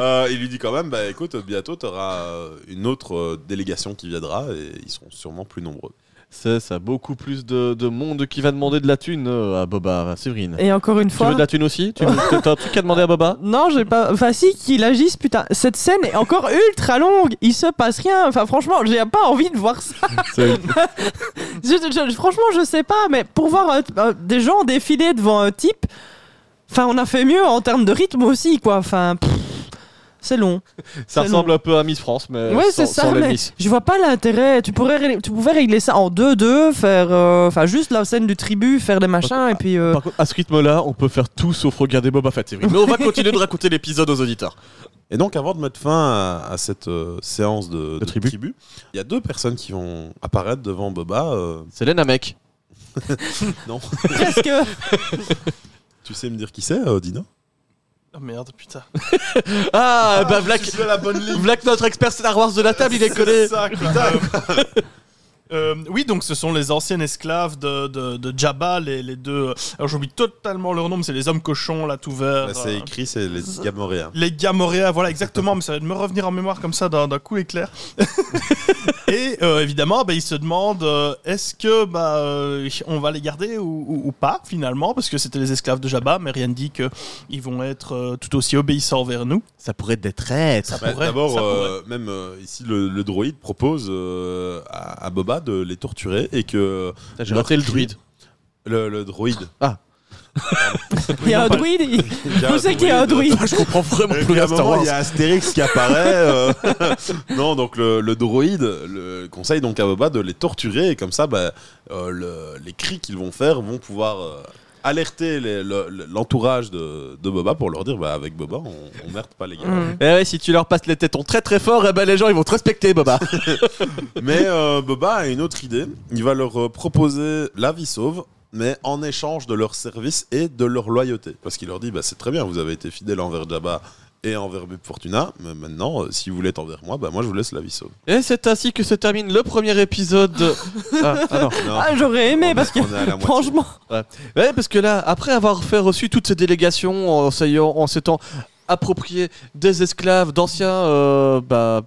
D: Euh, il lui dit quand même, bah écoute, bientôt, t'auras euh, une autre euh, délégation qui viendra et ils seront sûrement plus nombreux.
B: C'est ça, beaucoup plus de, de monde qui va demander de la thune euh, à Boba, à Séverine.
C: Et encore une
B: Tu
C: fois.
B: veux de la thune aussi Tu veux- T'as un truc à demander à Boba
C: Non, j'ai pas. Enfin, si, qu'il agisse, putain. Cette scène est encore ultra longue. Il se passe rien. Enfin, franchement, j'ai pas envie de voir ça.
B: C'est-
C: *laughs* Je- je- je- franchement, je sais pas, mais pour voir euh, euh, des gens défiler devant un type, enfin, on a fait mieux en termes de rythme aussi, quoi. Enfin, pff, c'est long.
B: Ça ressemble un peu à Miss France, mais
C: ouais,
B: Euh, sans,
C: c'est
B: sans
C: ça,
B: les
C: mais
B: Miss.
C: je vois pas l'intérêt. Tu pourrais, régler- tu pouvais régler ça en 2-2, faire. euh, Enfin, juste la scène du tribut, faire des machins, et puis. euh,
B: Par contre, à ce rythme-là, on peut faire tout sauf regarder Boba Fett, Séverine. *laughs* Mais on va continuer de raconter l'épisode aux auditeurs.
D: Et donc, avant de mettre fin à, à cette euh, séance de, de
B: tribu.
D: tribu, il y a deux personnes qui vont apparaître devant Boba. euh,
B: C'est Lena Mec.
D: non,
C: *laughs* presque.
D: *laughs*
C: euh,
D: tu sais me dire qui c'est, euh, Dina
E: Ah, merde, putain.
B: Ah, bah,
D: je
B: Black,
D: suis à la bonne ligne.
B: Black, notre expert Star Wars de la table, il est collé.
D: C'est ça, putain.
E: *laughs* Euh, oui, donc ce sont les anciens esclaves de, de, de Jabba, les, les deux. euh, Alors j'oublie totalement leur nom, mais c'est les hommes cochons, là, tout vert. euh,
D: Bah, c'est écrit, c'est les Gamoréens.
E: Les Gamoréens,
D: *laughs*
E: voilà exactement, mais ça va me revenir en mémoire comme ça d'un d'un coup éclair. *laughs* et euh, évidemment, bah, ils se demandent euh, est-ce que bah, euh, on va les garder ou, ou- ou pas finalement Parce que c'était les esclaves de Jabba, mais rien ne dit qu'ils vont être euh, tout aussi obéissants envers nous.
B: Ça pourrait être des traîtres.
D: Bah,
E: pourrait,
D: D'abord,
E: ça
D: euh, même euh, ici, le, le droïde propose euh, à, à Boba de les torturer et que
B: J'ai raté le druide.
D: le, le *laughs* droïde.
C: Il y a un druide. il- Vous savez qu'il y a un druide.
D: Ah,
B: Je comprends vraiment
D: Et
B: plus
D: puis à
B: rien
D: un
B: à Star
D: moment,
B: Wars.
D: il y a Astérix qui apparaît. euh, non, donc le, le droïde le conseille donc à Boba de les torturer et comme ça, bah, euh, le- les cris qu'ils vont faire vont pouvoir euh, alerter les- le- le- l'entourage de, de Boba pour leur dire bah, avec Boba, on, on merde pas les gars.
C: Mm.
B: Eh ouais, si tu leur passes les tétons très très fort, eh ben les gens ils vont te respecter, Boba.
D: Mais euh, Boba a une autre idée. Il va leur euh, proposer la vie sauve, mais en échange de leur service et de leur loyauté. Parce qu'il leur dit, bah, c'est très bien, vous avez été fidèle envers Jabba et envers Bib Fortuna, mais maintenant, euh, si vous l'êtes envers moi, bah, moi je vous laisse la vie sauve.
B: *laughs* Et c'est ainsi que se termine le premier épisode. *laughs* de- ah, ah non.
D: Non,
C: Ah, j'aurais
D: on
C: aimé
D: est-
C: parce que.
D: on est à la moitié.
C: Franchement,
B: Ouais, parce que là, après avoir fait reçu toutes ces délégations en s'ayant- en s'étant approprié des esclaves d'anciens euh, bah,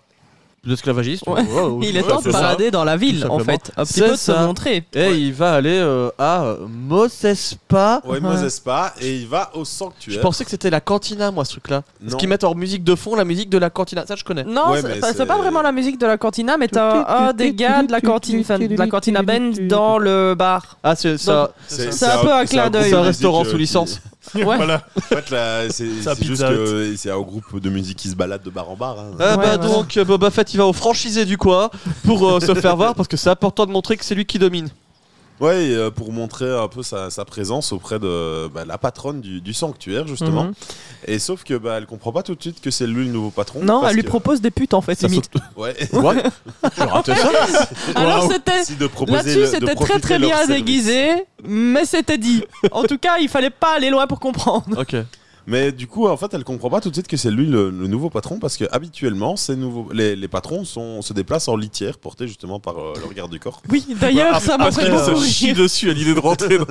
B: esclavagistes,
C: Ouais.
B: *laughs* wow,
C: il est
B: ouais,
C: temps de
B: c'est ça.
C: parader dans la ville,
B: Tout
C: en
B: simplement.
C: fait. Un petit
B: C'est
C: peu de se
B: ça.
C: montrer.
B: Et il va aller euh, à euh, Mosespa.
C: euh,
D: Ouais, Moses pas, et il va au sanctuaire.
B: Je pensais que c'était la cantina, moi, ce truc-là. Ce
D: Non.
B: qu'ils mettent en musique de fond, la musique de la cantina. Ça, je connais.
C: Non,
D: Ouais,
C: c'est-
D: mais
C: enfin, c'est
D: c'est-
C: pas vraiment la musique de la cantina, mais t'as un des gars de la cantine, enfin, de la cantina band dans le bar.
B: Ah, c'est ça.
D: C'est
C: C'est un peu un clin d'œil.
D: groupe
B: C'est un
D: de
B: restaurant
D: musique,
B: sous
D: euh, qui-
B: licence.
E: Ouais. *laughs* voilà.
D: En fait, là, c'est
E: Ça
D: c'est juste
E: pizza
D: que c'est un groupe de musique qui se balade de bar en bar. hein.
B: Ah
C: Ouais,
B: bah
C: voilà.
B: donc, Boba Fett, il va au franchisé du coin pour euh, se faire voir parce que c'est important de montrer que c'est lui qui domine.
D: Ouais, et, euh, pour montrer un peu sa, sa présence auprès de bah, la patronne du, du sanctuaire, justement.
C: Mhm.
D: Et sauf que bah, elle comprend pas tout de suite que c'est lui le nouveau patron.
C: Non,
D: parce
C: elle lui
D: que-
C: propose des putes en fait,
B: Ça
C: limite.
D: *laughs* Ouais.
B: Ouais. J'ai raté ça.
C: Alors
D: Waouh.
C: c'était.
D: Si de proposer
C: Là-dessus,
D: le- de
C: c'était très
D: profiter
C: très
D: de leur
C: bien
D: service.
C: déguisé, mais c'était dit. En tout cas, il fallait pas aller loin pour comprendre.
B: Ok.
D: Mais du coup, en fait, elle comprend pas tout de suite que c'est lui le, le nouveau patron parce que habituellement, ces nouveaux, les, les patrons sont, se déplacent en litière portée justement par euh, le regard
B: *laughs*
D: du corps.
C: Oui, d'ailleurs,
D: Bah,
C: ça m'a
E: Parce
C: fait
E: qu'ils se
C: beaucoup
E: chient
C: rire.
E: euh, dessus à l'idée de rentrer dans,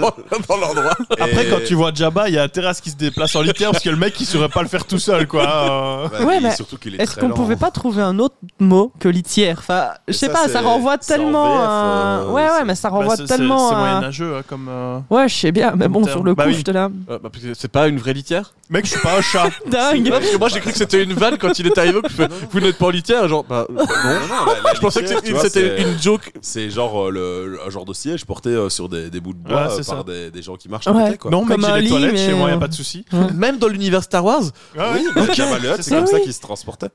E: l'endroit. Après,
D: Et-
E: quand tu vois Jabba, il y a Terrace qui se déplace en litière parce que le mec, il saurait pas le faire tout seul,
D: *laughs*
E: quoi. Euh,
D: Bah,
C: Ouais,
D: et
C: mais
D: surtout qu'il est
C: Est-ce
D: très
C: qu'on
D: lent.
C: pouvait pas trouver un autre mot que litière Enfin, je sais
D: ça,
C: pas, ça
D: c'est-
C: renvoie
D: c'est en
C: tellement.
D: VF,
C: à-
D: euh,
C: ouais, ouais,
D: c'est-
C: mais ça
E: bah,
C: renvoie
E: c'est- c'est-
C: tellement.
E: C'est
C: à-
E: moyenâgeux, hein, comme. euh,
C: Ouais, je sais bien, mais bon,
E: Comme
C: sur le
E: terme.
C: coup,
E: Bah oui.
C: j'étais là.
B: Euh, bah, parce que c'est pas une vraie litière
E: Mec, je suis pas un chat.
C: Dingue
B: Non, parce que moi j'ai cru que c'était une vanne quand il est arrivé. Que je fais, vous n'êtes pas en litière Genre, bah, non.
D: Non, non, la-
B: *laughs*
D: la
B: Je pensais que
D: litière, tu
B: c'était
D: vois,
B: c'était
D: c'est-
B: une joke.
D: C'est genre euh, le, le- un genre de siège porté euh, sur des, des bouts de bois
E: Ouais, c'est
D: euh,
E: ça.
D: par des, des gens qui marchent
C: Ouais.
D: à côté, *laughs* quoi.
E: Non, mec,
C: Comme un
E: j'ai des
C: lit,
E: toilettes chez
C: mais-
E: moi, y a pas de souci.
B: Même dans l'univers Star Wars
E: Ah
D: Oui,
E: oui.
D: bah, Jabba le Hutt,
E: C'est
D: c'est
E: ça,
D: comme ça
E: oui.
D: qu'il se transportait.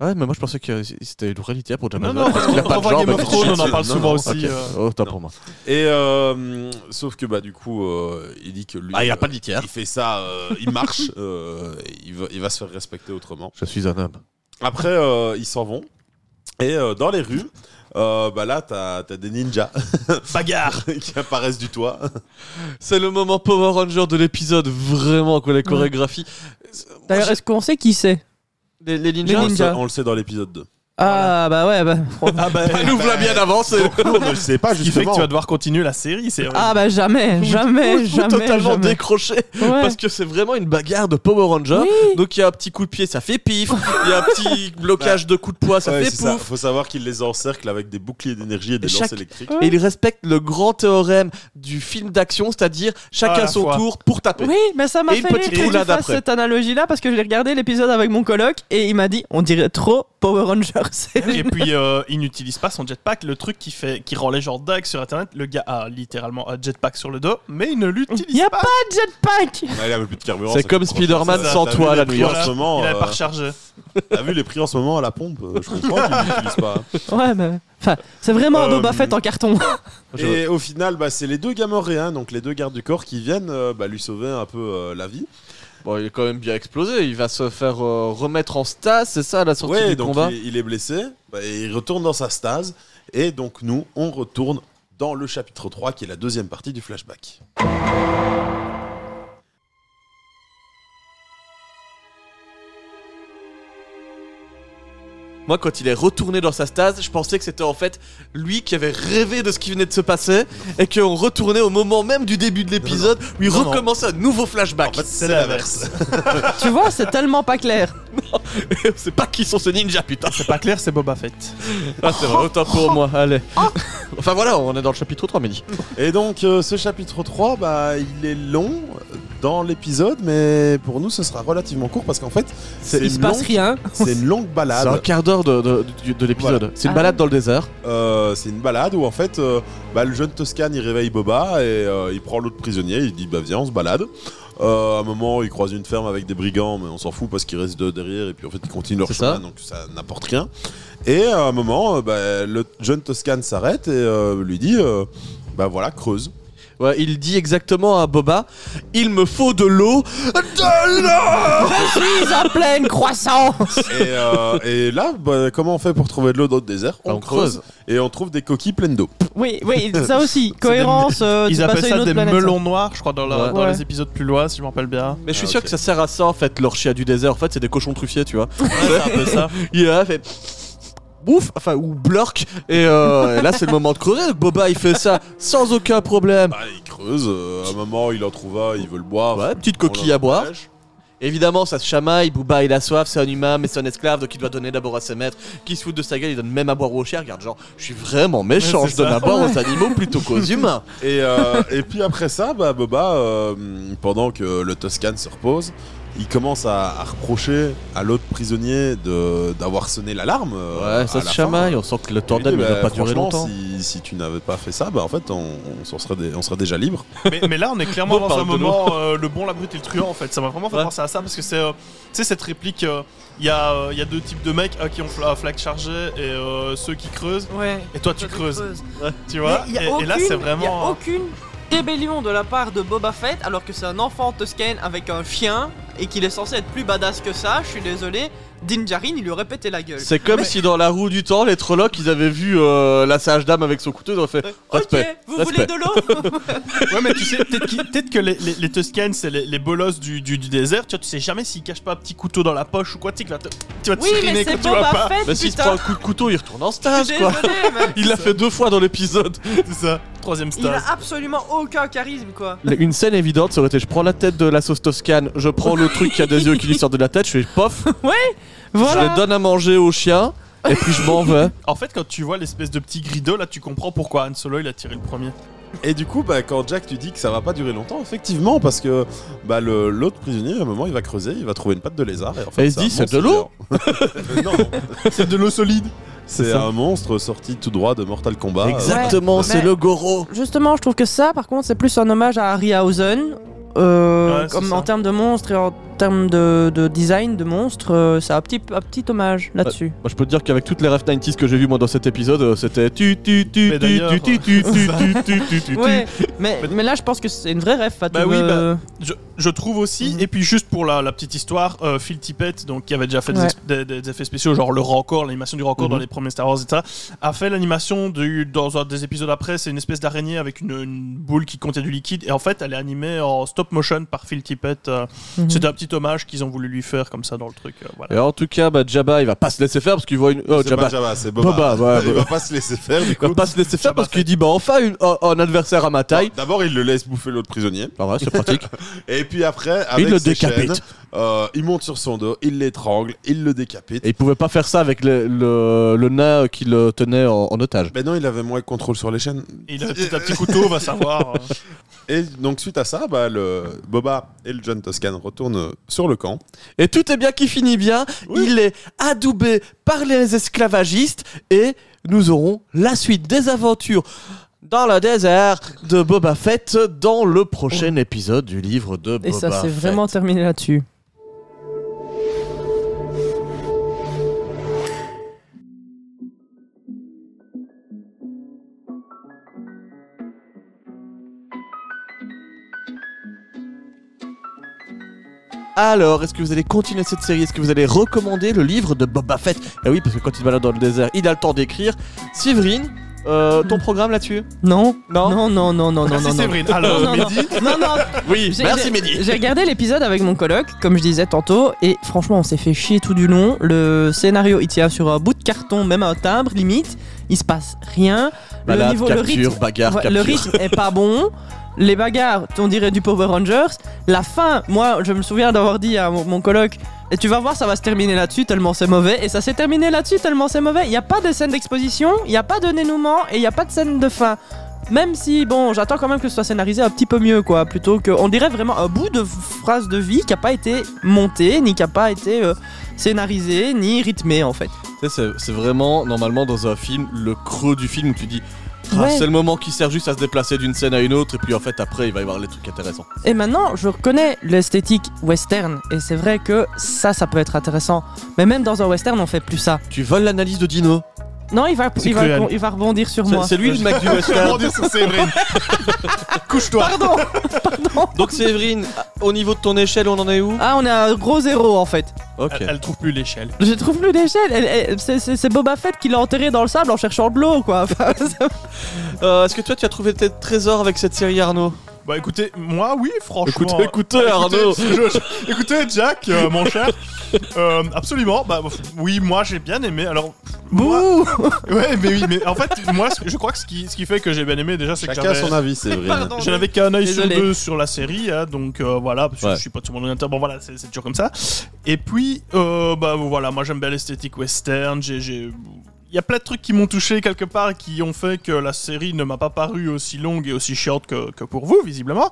B: Ouais, mais moi je pensais que c'était une vraie litière pour Jamal.
E: Non, non,
B: parce qu'il a pas bah, de
E: on voit
B: jambe.
E: Game of Thrones, on en parle
D: Non,
E: souvent
D: non,
E: aussi.
B: Ok.
E: euh.
B: Oh, tant
D: Non.
B: pour moi.
D: Et euh, sauf que bah du coup, euh, il dit que lui,
B: Ah, il a
D: euh,
B: pas de litière.
D: il fait ça, euh, il
E: *laughs*
D: marche, euh, il, va, il va se faire respecter autrement.
B: Je suis un homme.
D: Après, euh, ils s'en vont. Et euh, dans les rues, euh, bah là, t'as as des ninjas
E: *laughs* Bagarre.
D: *laughs* qui apparaissent du toit.
B: C'est le moment Power Ranger de l'épisode, vraiment, quoi, la chorégraphie.
C: D'ailleurs, est-ce qu'on sait qui c'est
B: Les, les
C: Les
B: ninjas.
D: on, le sait,
C: ninjas.
D: on le sait dans l'épisode 2.
C: Ah, bah ouais, bah.
E: Ah bah.
B: Elle nous l'a bien avancé.
D: Nous, on ne le sait pas
E: Ah, Ce qui fait que
D: justement.
E: tu vas devoir continuer la série, c'est vrai.
C: *laughs* Ah, bah jamais, jamais,
B: Ou- ou
C: jamais.
B: totalement
C: jamais.
B: décroché
C: Ouais.
B: parce que c'est vraiment une bagarre de Power Ranger.
C: Oui.
B: Donc il y a un petit coup de pied, ça fait pif. Il y a un *laughs* petit blocage de coup de poing, Bah. ça
D: Ouais,
B: fait
D: c'est
B: pouf.
D: ça. Faut savoir qu'il les encercle avec des boucliers d'énergie et des
B: Chaque-
D: lances électriques.
B: Et il respecte le grand théorème du film d'action, c'est-à-dire
E: À
B: chacun
E: la
B: son
E: fois.
B: tour pour taper.
C: Oui, mais ça m'a
B: Et
C: fait
B: une
C: rire
B: petite
C: que tu
B: roulade
C: fasses
B: après.
C: cette analogie-là parce que j'ai regardé l'épisode avec mon coloc et il m'a dit on dirait trop Power Rangers.
E: Et puis euh, il n'utilise pas son jetpack, le truc qui fait qui rend les gens dingues sur internet. Le gars a littéralement un jetpack sur le dos, mais il ne
C: Il y
E: l'utilise
C: a
E: pas.
C: pas de jetpack
D: Ouais, il avait plus de carburant.
B: C'est
D: ça
B: comme
D: comprend-
B: Spider-Man
D: ça-
B: sans
D: t'as vu
B: toile
D: les
B: à New
D: prix
B: York.
D: en ce moment,
E: Il n'avait pas
D: euh,
E: rechargé.
D: T'as vu les prix en ce moment à la pompe euh, Je comprends qu'ils l'utilisent pas.
C: Ouais, mais. Enfin, c'est vraiment un
D: Euh,
C: Boba Fett en carton.
B: *laughs* Je-
D: Et au final, bah, c'est les deux gamoréens, donc les deux gardes du corps, qui viennent euh, bah, lui sauver un peu euh, la vie.
B: Bon, il est quand même bien explosé. Il va se faire euh, remettre en stase, c'est ça, à la sortie
D: Ouais,
B: du
D: donc
B: combat.
D: il, il est blessé, bah, et il retourne dans sa stase. Et donc nous, on retourne dans le chapitre 3, qui est la deuxième partie du flashback.
B: Moi, quand il est retourné dans sa stase, je pensais que c'était en fait lui qui avait rêvé de ce qui venait de se passer et qu'on retournait au moment même du début de l'épisode où il
E: Non, non.
B: recommençait un nouveau
D: En
B: flashback.
D: fait, c'est l'inverse.
C: tu vois, c'est tellement pas clair.
B: *laughs* c'est pas qui sont ces ninjas, putain.
E: C'est pas clair, c'est Boba Fett.
B: *laughs* Ah, c'est vrai, autant pour moi, allez. enfin voilà, on est dans le chapitre 3, Mehdi.
D: Et donc, euh, ce chapitre 3, bah, il est long dans l'épisode, mais pour nous, ce sera relativement court parce qu'en fait, c'est
C: Il se
D: une
C: passe
D: longue-
C: rien.
D: c'est une longue
B: C'est un
D: balade.
B: quart d'heure de, de- de- de l'épisode. C'est une
C: Ah.
B: balade dans le désert.
D: Euh, c'est une balade où en fait euh, bah, le jeune Toscan il réveille Boba et euh, il prend l'autre prisonnier, il dit bah viens on se balade. Euh, à un moment il croise une ferme avec des brigands mais on s'en fout parce qu'ils restent de- derrière et puis en fait ils continuent leur
B: C'est
D: chemin
B: ça.
D: donc ça n'apporte rien. Et à un moment euh, bah, le jeune Toscan s'arrête et euh, lui dit euh, bah euh, voilà creuse.
B: Ouais, il dit exactement à Boba Il me faut de l'eau, de l'eau
C: Je suis en pleine croissance
D: Et, euh, et là, bah, comment on fait pour trouver de l'eau dans le désert
B: On creuse.
D: et on trouve des coquilles pleines d'eau.
C: Oui,
E: *laughs*
C: oui, ça aussi, cohérence. euh,
E: Ils
C: de
E: appellent
C: passer à une
E: ça
C: autre
E: des
C: planète,
E: melons noirs, je crois, dans, la-
B: Ouais.
E: dans
C: Ouais.
E: les épisodes plus loin, si je me rappelle bien.
B: Mais je suis
D: Ah,
B: sûr
D: ok.
B: que ça sert à ça en fait, leur chia du désert. En fait, c'est des cochons truffiers, tu vois.
E: c'est un peu ça.
B: *laughs* Il est là, fait. Ouf, enfin, ou blurk. Et, euh, et là, c'est le moment de creuser. Donc, Boba, il fait ça sans aucun problème.
D: Bah, il creuse, euh, à un moment il en trouve un, il veut le boire.
B: Ouais, petite
D: On
B: coquille à boire.
D: l'empêche.
B: Évidemment, ça se chamaille. Booba, il a soif, c'est un humain, mais c'est un esclave, donc il doit donner d'abord à ses maîtres. Qui se foutent de sa gueule, il donne même à boire aux chiens. Regarde, genre, je suis vraiment méchant,
E: Ouais,
B: je
E: c'est
B: donne
E: ça.
B: à boire aux animaux plutôt qu'aux humains.
D: Et, euh, et puis après ça, bah, Boba, euh, pendant que le Toscane se repose, il commence à, à reprocher à l'autre prisonnier de- d'avoir sonné l'alarme. euh,
B: Ouais, ça
D: à
B: se
D: la
B: chamaille,
D: fin.
B: on sent que le
D: Il dit,
B: tandem il va
D: bah,
B: pas durer
D: franchement,
B: longtemps.
D: Si, si tu n'avais pas fait ça, bah, en fait, on, on s'en serait, dé- on serait déjà libre.
E: mais, mais là,
B: *laughs*
E: on est clairement
B: On
E: dans
B: parle
E: un
B: de
E: moment euh, le bon, la brute et le truand en fait. Ça m'a vraiment fait
B: Ouais.
E: penser à ça parce que c'est, euh, tu sais, cette réplique. euh, il y, a, euh, il y a deux types de mecs, un qui ont fla- un flag chargé et euh, ceux qui creusent.
C: ouais. Ouais.
E: Et toi, tu creuses, tu
C: Mais
E: vois.
C: il y a
E: et, et là,
C: aucune-
E: c'est
C: il y a
E: vraiment. euh,
C: aucune rébellion de la part de Boba Fett, alors que c'est un enfant toscane avec un chien et qu'il est censé être plus badass que ça. Je suis désolé, Dinjarin, il lui aurait pété la gueule.
B: C'est comme si dans la roue du temps, les Trollocs, ils avaient vu euh, la sage dame avec son couteau, ils auraient fait respect.
C: ok, vous
B: respect.
C: voulez de
E: *laughs*
C: l'eau
E: Ouais, mais tu sais, peut-être qu'ils- peut-être que les, les, les Tuscans, c'est les, les bolos du, du, du désert. Tu vois, tu sais jamais s'ils cachent pas un petit couteau dans la poche ou quoi. Tu sais, qu'il va te- tu vas te
C: Oui, mais c'est
E: seriner
C: bah,
E: quand tu vois
C: Boba
E: pas.
C: Fett,
B: Mais s'il se Bah prend
C: putain.
B: un coup de couteau, il retourne en
C: Je
B: stage,
C: suis
B: quoi.
C: désolé, mais
E: *laughs*
B: Il l'a fait deux fois dans l'épisode.
E: C'est ça. Troisième
C: il
E: stade.
C: a absolument aucun charisme, quoi.
B: Le- Une scène évidente, ça aurait été je prends la tête de la sauce toscane, je prends le truc qui a des yeux qui lui sort de la tête, je fais pof, je le donne à manger au chien, et puis je m'en vais.
E: En fait, quand tu vois l'espèce de petit grido, là, tu comprends pourquoi Han Solo il a tiré le premier.
D: Et du coup, bah, quand Jack, tu dis que ça va pas durer longtemps, effectivement, parce que bah, le- l'autre prisonnier, à un moment, il va creuser, il va trouver une patte de lézard. Et, en fait,
B: Et il se dit,
D: un
B: c'est de
D: monstre géant. *laughs* non,
E: *laughs* C'est de l'eau solide.
B: *laughs*
D: c'est
B: C'est ça.
D: un monstre sorti tout droit de Mortal Kombat.
B: Ah.
D: Euh,
B: Exactement,
C: Ouais.
B: c'est
C: Mais-
B: le Goro.
C: Justement, je trouve que ça, par contre, c'est plus un hommage à Harryhausen. Euh,
E: Ouais, c'est
C: comme
E: ça.
C: en termes de monstres et en termes de, de design de monstres, euh, c'est un petit, un petit hommage
E: Bah,
C: là-dessus.
B: Moi je peux te dire qu'avec toutes les ref 90 que j'ai vu moi dans cet épisode, euh, c'était tu tu tu
E: Mais
B: tu
E: d'ailleurs, euh,
B: tu tu tu tu tu
E: *laughs*
B: tu tu tu
C: Ouais, *laughs* mais, mais là je pense que c'est une vraie ref. euh. à
E: Bah
C: tout
E: oui,
C: le-
E: Je, je trouve aussi,
C: Mhm.
E: et puis juste pour la, la petite histoire, euh, Phil Tippett, donc, qui avait déjà fait des
C: Ouais.
E: ex- des, des- des effets spéciaux, genre le rencor, l'animation du rencor dans
B: Mhm.
E: les premiers Star Wars, etc., a fait l'animation du- dans un des épisodes après, c'est une espèce d'araignée avec une, une boule qui contient du liquide, et en fait, elle est animée en stop motion par Phil Tippett. euh,
C: Mhm.
E: C'était un petit hommage qu'ils ont voulu lui faire comme ça dans le truc. euh, voilà.
B: Et en tout cas, bah, Jabba, il va pas se laisser faire parce qu'il voit une. Oh,
D: C'est pas
B: Jabba.
D: Jabba, c'est Boba.
B: Boba, ouais, bah.
D: il
B: Boba.
D: va pas se laisser faire, du
B: Il
D: coup.
B: va pas se laisser faire
E: bah, Jabba
B: parce qu'il dit, bah enfin, une- un- un adversaire à ma taille.
D: D'abord, il le laisse bouffer l'autre prisonnier.
B: Bah
E: *laughs*
B: ouais, c'est pratique.
D: Et puis après, avec
B: Il le
D: ses
B: décapite.
D: chaînes, euh, il monte sur son dos, il l'étrangle, il le décapite.
B: Et il pouvait pas faire ça avec le, le, le nain qui le tenait en, en otage.
D: Ben non, il avait moins de contrôle sur les chaînes.
E: Et il
C: Euh,
E: a peut-être un
C: *laughs*
E: petit couteau, va savoir. euh.
D: Et donc, suite à ça, bah, le Boba et le John Toscan retournent sur le camp.
B: Et tout est bien qui finit bien.
E: Oui.
B: Il est adoubé par les esclavagistes et nous aurons la suite des aventures dans le désert de Boba Fett dans le prochain épisode du livre de Boba
C: Oh. Et
E: bah,
C: ça c'est
B: Fett.
C: vraiment terminé là-dessus.
B: Alors, est-ce que vous allez continuer cette série Est-ce que vous allez recommander le livre de Boba Fett Eh oui, parce que quand il se balade dans le désert, il a le temps d'écrire. Séverine, euh, ton programme là-dessus
C: Non,
E: Oh.
B: Non.
C: Hmm. non, non, non, non, non,
E: Merci
C: non, non.
E: Séverine. Alors,
C: Ah, Non, non, non, non, non,
B: Oui,
C: J'ai-
B: merci
C: j'ai-
B: Mehdi.
C: J'ai regardé l'épisode avec mon coloc, comme je disais tantôt, et franchement, on s'est fait chier tout du long. Le scénario, il tient sur un bout de carton, même un timbre, limite. Il se passe rien.
B: Balade,
C: le niveau, le
B: capture,
C: rythme,
B: bagarre,
C: ouais,
B: capture.
C: le rythme est pas bon. Les bagarres, on dirait du Power Rangers. La fin, moi, je me souviens d'avoir dit à mon, mon coloc. Et tu vas voir, ça va se terminer là-dessus tellement c'est mauvais. Et ça s'est terminé là-dessus tellement c'est mauvais. Il n'y a pas de scène d'exposition, il n'y a pas de dénouement et il n'y a pas de scène de fin. Même si, bon, j'attends quand même que ce soit scénarisé un petit peu mieux, quoi. Plutôt que. On dirait vraiment un bout de phrase de vie qui n'a pas été montée, ni qui n'a pas été euh, scénarisée, ni rythmée, en fait.
B: Tu sais, c'est- c'est vraiment normalement dans un film le creux du film où tu dis Ah,
C: Ouais.
B: c'est le moment qui sert juste à se déplacer d'une scène à une autre et puis en fait après il va y avoir les trucs intéressants.
C: Et maintenant, je reconnais l'esthétique western, et c'est vrai que ça, ça peut être intéressant. Mais même dans un western, on fait plus ça.
B: Tu voles l'analyse de Dino.
C: Non, il va,
E: C'est
C: il va,
E: cruel.
C: il va rebondir sur
B: C'est-
C: moi.
B: C'est lui le
C: *laughs*
B: Mac du
D: Comment
B: Western.
D: dire sur Séverine Couche-toi
C: Pardon
B: Donc Séverine, au niveau de ton échelle, on en est où
C: Ah, on a un gros zéro en fait.
B: Ok.
E: Elle, elle trouve plus l'échelle.
C: Je trouve plus d'échelle. Elle- elle- c'est- C'est c'est Boba Fett qui l'a enterré dans le sable en cherchant de l'eau, quoi. Enfin, *laughs* ça-
B: Euh, Est-ce que toi, tu as trouvé tes trésors avec cette série Arnaud
E: Bah écoutez, moi oui, franchement.
B: Écoutez, écoutez, Arnaud.
E: Écoutez, je- écoutez, Jack, euh, mon cher. Euh, absolument. Bah oui, moi j'ai bien aimé. Alors. moi-
C: Bouh
E: Ouais, mais oui, mais en fait, moi ce que- je crois que ce qui, ce qui fait que j'ai bien aimé déjà, c'est que
D: Chacun a
E: j'avais.
D: son avis, Séverine.
E: Je n'avais qu'un œil sur
C: Désolé.
E: deux sur la série, hein, donc euh, voilà, parce que
B: Ouais.
E: je suis pas sur mon ordinateur, bon voilà, c'est c'est toujours comme ça. Et puis, euh, bah voilà, moi j'aime bien l'esthétique western, j'ai... j'ai- Il y a plein de trucs qui m'ont touché quelque part et qui ont fait que la série ne m'a pas paru aussi longue et aussi chiante que, que pour vous, visiblement.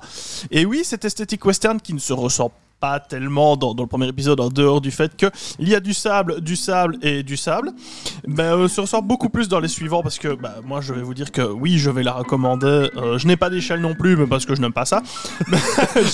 E: Et oui, cette esthétique western qui ne se ressent pas tellement dans, dans le premier épisode, en dehors du fait que il y a du sable, du sable et du sable, ben, euh, se ressort beaucoup plus dans les suivants parce que bah, moi je vais vous dire que oui, je vais la recommander. Euh, je n'ai pas d'échelle non plus, mais parce que je n'aime pas ça. *laughs*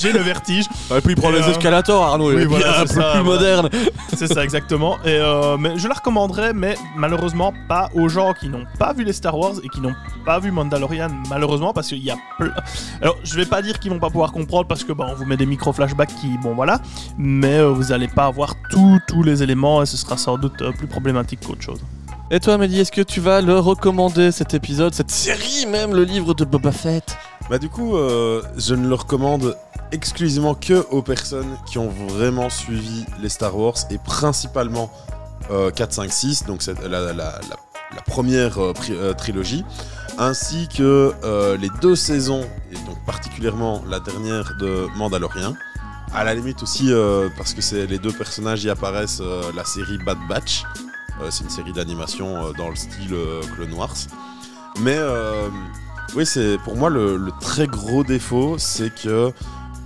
E: J'ai le vertige,
B: Ah, Et puis il prend
E: Et,
B: les
E: euh,
B: escalators, Arnaud. il
E: oui,
B: est
E: voilà,
B: bien
E: c'est
B: plus,
E: ça,
B: plus
E: voilà.
B: moderne.
E: c'est ça exactement. Et euh, mais je la recommanderais, mais malheureusement pas aux gens qui n'ont pas vu les Star Wars et qui n'ont pas vu Mandalorian, malheureusement parce qu'il y a plein. Alors je vais pas dire qu'ils vont pas pouvoir comprendre parce que bah, on vous met des micro flashbacks qui, bon voilà, mais euh, vous allez pas avoir tous tous les éléments et ce sera sans doute euh, plus problématique qu'autre chose.
B: Et toi, Mehdi, est-ce que tu vas le recommander cet épisode, cette série même, le livre de Boba Fett
D: Bah du coup, euh, je ne le recommande exclusivement que aux personnes qui ont vraiment suivi les Star Wars et principalement euh, 4, 5, 6, donc c'est la, la- la- la première euh, pri- euh, trilogie, ainsi que euh, les deux saisons, et donc particulièrement la dernière de Mandalorian. À la limite aussi, euh, parce que c'est les deux personnages y apparaissent, euh, la série Bad Batch. Euh, c'est une série d'animation euh, dans le style euh, Clone Wars. Mais euh, oui, c'est pour moi le, le très gros défaut, c'est que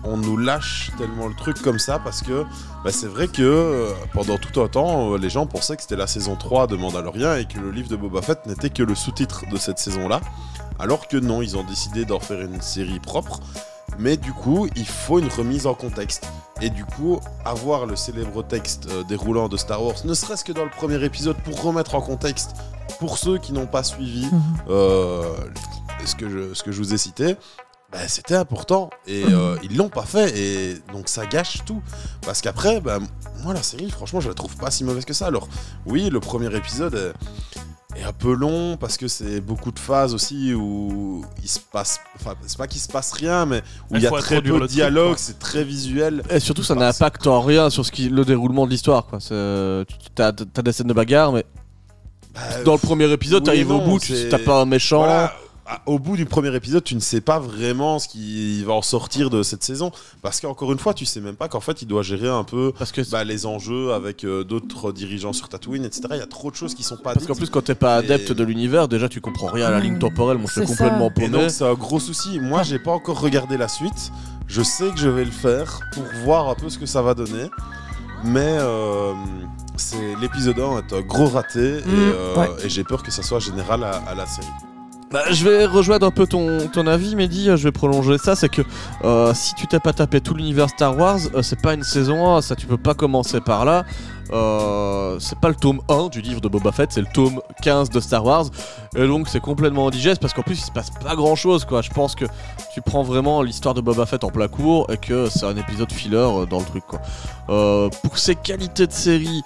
D: on nous lâche tellement le truc comme ça parce que bah, c'est vrai que euh, pendant tout un temps, euh, les gens pensaient que c'était la saison 3 de Mandalorian et que le livre de Boba Fett n'était que le sous-titre de cette saison-là. Alors que non, ils ont décidé d'en faire une série propre. Mais du coup, il faut une remise en contexte. Et du coup, avoir le célèbre texte euh, déroulant de Star Wars, ne serait-ce que dans le premier épisode, pour remettre en contexte, pour ceux qui n'ont pas suivi euh, ce, que je, ce que je vous ai cité, bah, c'était important. Et euh, ils l'ont pas fait. Et donc ça gâche tout. Parce qu'après, bah, moi, la série, franchement, je la trouve pas si mauvaise que ça. Alors, oui, le premier épisode. euh, est un peu long parce que c'est beaucoup de phases aussi où il se passe, enfin c'est pas qu'il se passe rien mais où
E: Il
D: il y a
E: faut
D: très
E: introduire
D: peu de
E: le truc,
D: dialogue,
E: quoi.
D: c'est très visuel.
B: Et Eh, surtout, ça
D: Bah,
B: n'impacte en rien sur ce qui, le déroulement de l'histoire. quoi. C'est- euh, tu- T'as t'as des scènes de bagarre, mais
D: Bah,
B: dans le premier épisode,
D: oui
B: t'arrives
D: et
B: au
D: non,
B: bout, tu
D: c'est-
B: tapes pas un méchant.
D: Voilà, à- au bout du premier épisode, tu ne sais pas vraiment ce qui va en sortir de cette saison. Parce qu'encore une fois, tu sais même pas qu'en fait, il doit gérer un peu
B: Parce que
D: bah, les enjeux avec euh, d'autres dirigeants sur Tatooine, etc. Il y a trop de choses qui sont pas
B: Parce
D: dites.
B: qu'en plus, quand t'es pas
D: Et-
B: adepte de l'univers, déjà tu comprends rien à la ligne temporelle. Moi, je suis
C: C'est ça.
B: complètement
D: Et
B: paumé.
D: donc, c'est un gros souci. Moi, j'ai pas encore regardé la suite. Je sais que je vais le faire pour voir un peu ce que ça va donner. Mais euh, c'est l'épisode 1 est un gros raté.
C: Mm,
D: et, euh,
C: ouais.
D: et j'ai peur que ça soit général à, à la série.
B: Bah, je vais rejoindre un peu ton, ton avis, Mehdi. euh, Je vais prolonger ça. C'est que euh, si tu t'es pas tapé tout l'univers Star Wars, euh, c'est pas une saison 1. Ça, tu peux pas commencer par là. Euh, c'est pas le tome 1 du livre de Boba Fett, c'est le tome 15 de Star Wars. Et donc, c'est complètement indigeste parce qu'en plus, il se passe pas grand chose. quoi. Je pense que tu prends vraiment l'histoire de Boba Fett en plein cours et que c'est un épisode filler euh, dans le truc. quoi. Euh, pour ses qualités de série.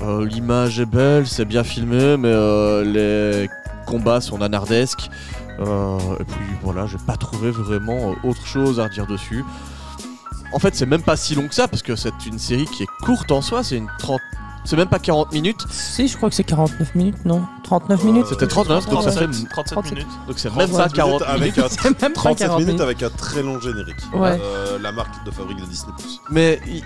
B: euh, L'image est belle, c'est bien filmé, mais euh, les combats sont nanardesques. Euh, et puis voilà, j'ai pas trouvé vraiment euh, autre chose à redire dessus. En fait, c'est même pas si long que ça, parce que c'est une série qui est courte en soi, c'est une 30. C'est même pas 40 minutes,
C: Si, je crois que c'est 49 minutes, non 39
D: Euh,
C: minutes
B: c'était 39, donc ça fait.
E: 37, 37 minutes.
B: Donc c'est
C: 37
B: même pas
D: minutes
B: 40
D: avec
B: minutes.
D: un
C: C'est même pas
D: 37
C: 40
D: minutes,
C: minutes.
D: avec un très long générique.
C: Ouais.
D: Euh, la marque de fabrique de Disney Plus.
B: Mais il, il-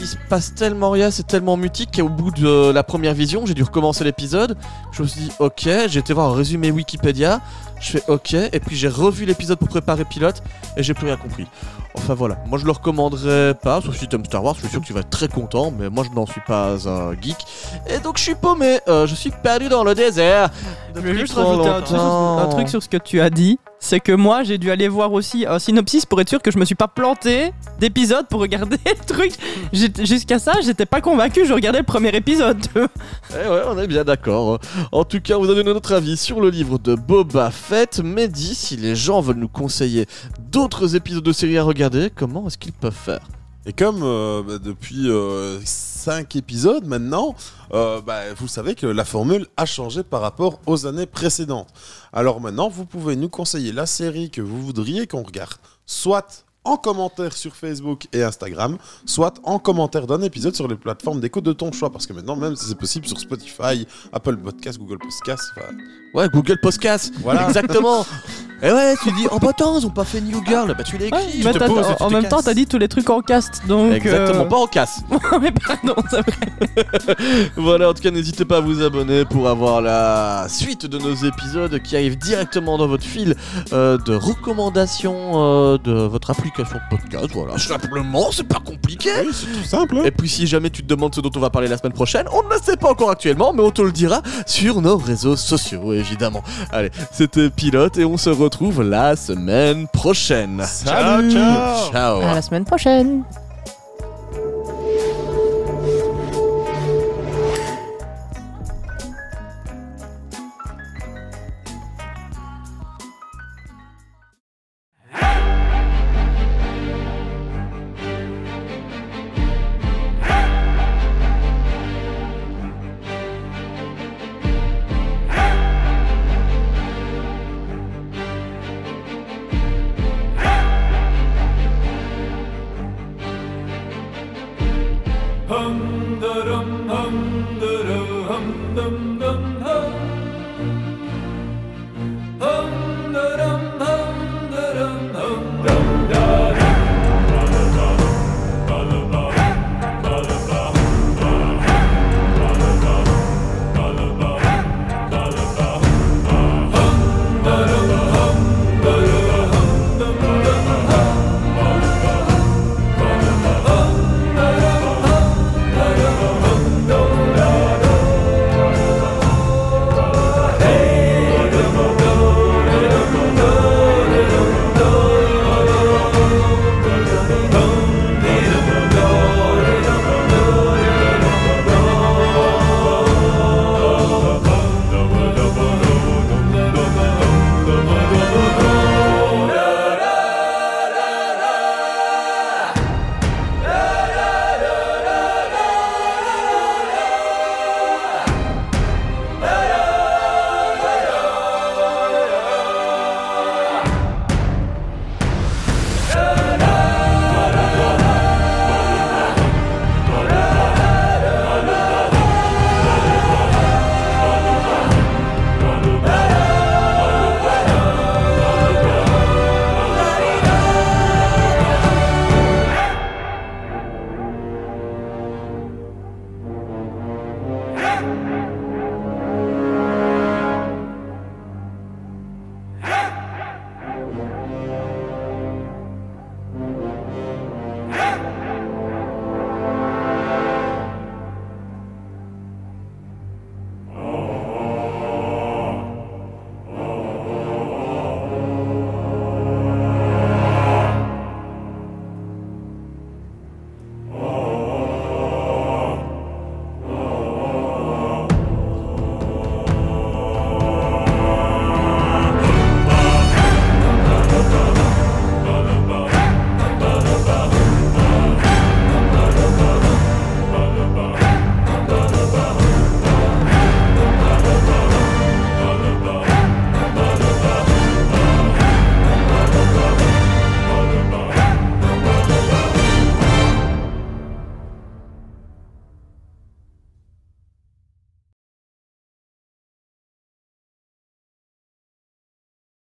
B: il se passe tellement rien, c'est tellement mutique qu'au bout de euh, la première vision, j'ai dû recommencer l'épisode. Je me suis dit, ok, j'ai été voir un résumé Wikipédia, je fais ok, et puis j'ai revu l'épisode pour préparer pilote, et j'ai plus rien compris. Enfin voilà, moi je le recommanderais pas, sauf si t'aimes Star Wars, je suis sûr que tu vas être très content, mais moi je n'en suis pas un geek. Et donc je suis paumé, euh, je suis perdu dans le désert.
C: Je vais
B: Depuis
C: juste
B: trop
C: rajouter un
B: longtemps.
C: truc, un truc sur ce que tu as dit. c'est que moi, j'ai dû aller voir aussi un synopsis pour être sûr que je me suis pas planté d'épisode pour regarder *laughs* le truc. J'étais- Jusqu'à ça, j'étais pas convaincu, je regardais le premier épisode.
B: Eh ouais, on est bien d'accord. hein. En tout cas, on vous a donné notre avis sur le livre de Boba Fett. Mais dis, si les gens veulent nous conseiller d'autres épisodes de séries à regarder, comment est-ce qu'ils peuvent faire
D: Et comme euh, bah, depuis 5 épisodes maintenant, euh, bah, vous savez que la formule a changé par rapport aux années précédentes. Alors maintenant, vous pouvez nous conseiller la série que vous voudriez qu'on regarde, soit en commentaire sur Facebook et Instagram, soit en commentaire d'un épisode sur les plateformes d'écoute de ton choix, parce que maintenant, même si c'est possible sur Spotify, Apple Podcast, Google Podcast, enfin,
B: Ouais, Google Podcast,
C: Bah. *laughs*
D: Voilà.
B: exactement. Et ouais, tu dis, oh bah attends, ils ont pas fait New Girl, bah tu
C: *laughs*
B: l'as écrit, tu
C: Mais
B: te
C: t'as-
B: poses et tu
C: en
B: te
C: même temps,
B: casses.
C: t'as dit tous les trucs en cast, donc. euh, *laughs*
B: Exactement, pas en casse.
C: mais pardon, c'est vrai.
B: Voilà, en tout cas, n'hésitez pas à vous abonner pour avoir la suite de nos épisodes qui arrivent directement dans votre fil euh, de recommandations euh, de votre application de podcast. Voilà, simplement, c'est pas compliqué.
D: oui, c'est tout simple. hein.
B: Et puis, si jamais tu te demandes ce dont on va parler la semaine prochaine, on ne le sait pas encore actuellement, mais on te le dira sur nos réseaux sociaux, évidemment. Allez, c'était Pilote et on se retrouve la semaine prochaine.
E: Ciao, ciao.
B: Ciao.
C: À la semaine prochaine.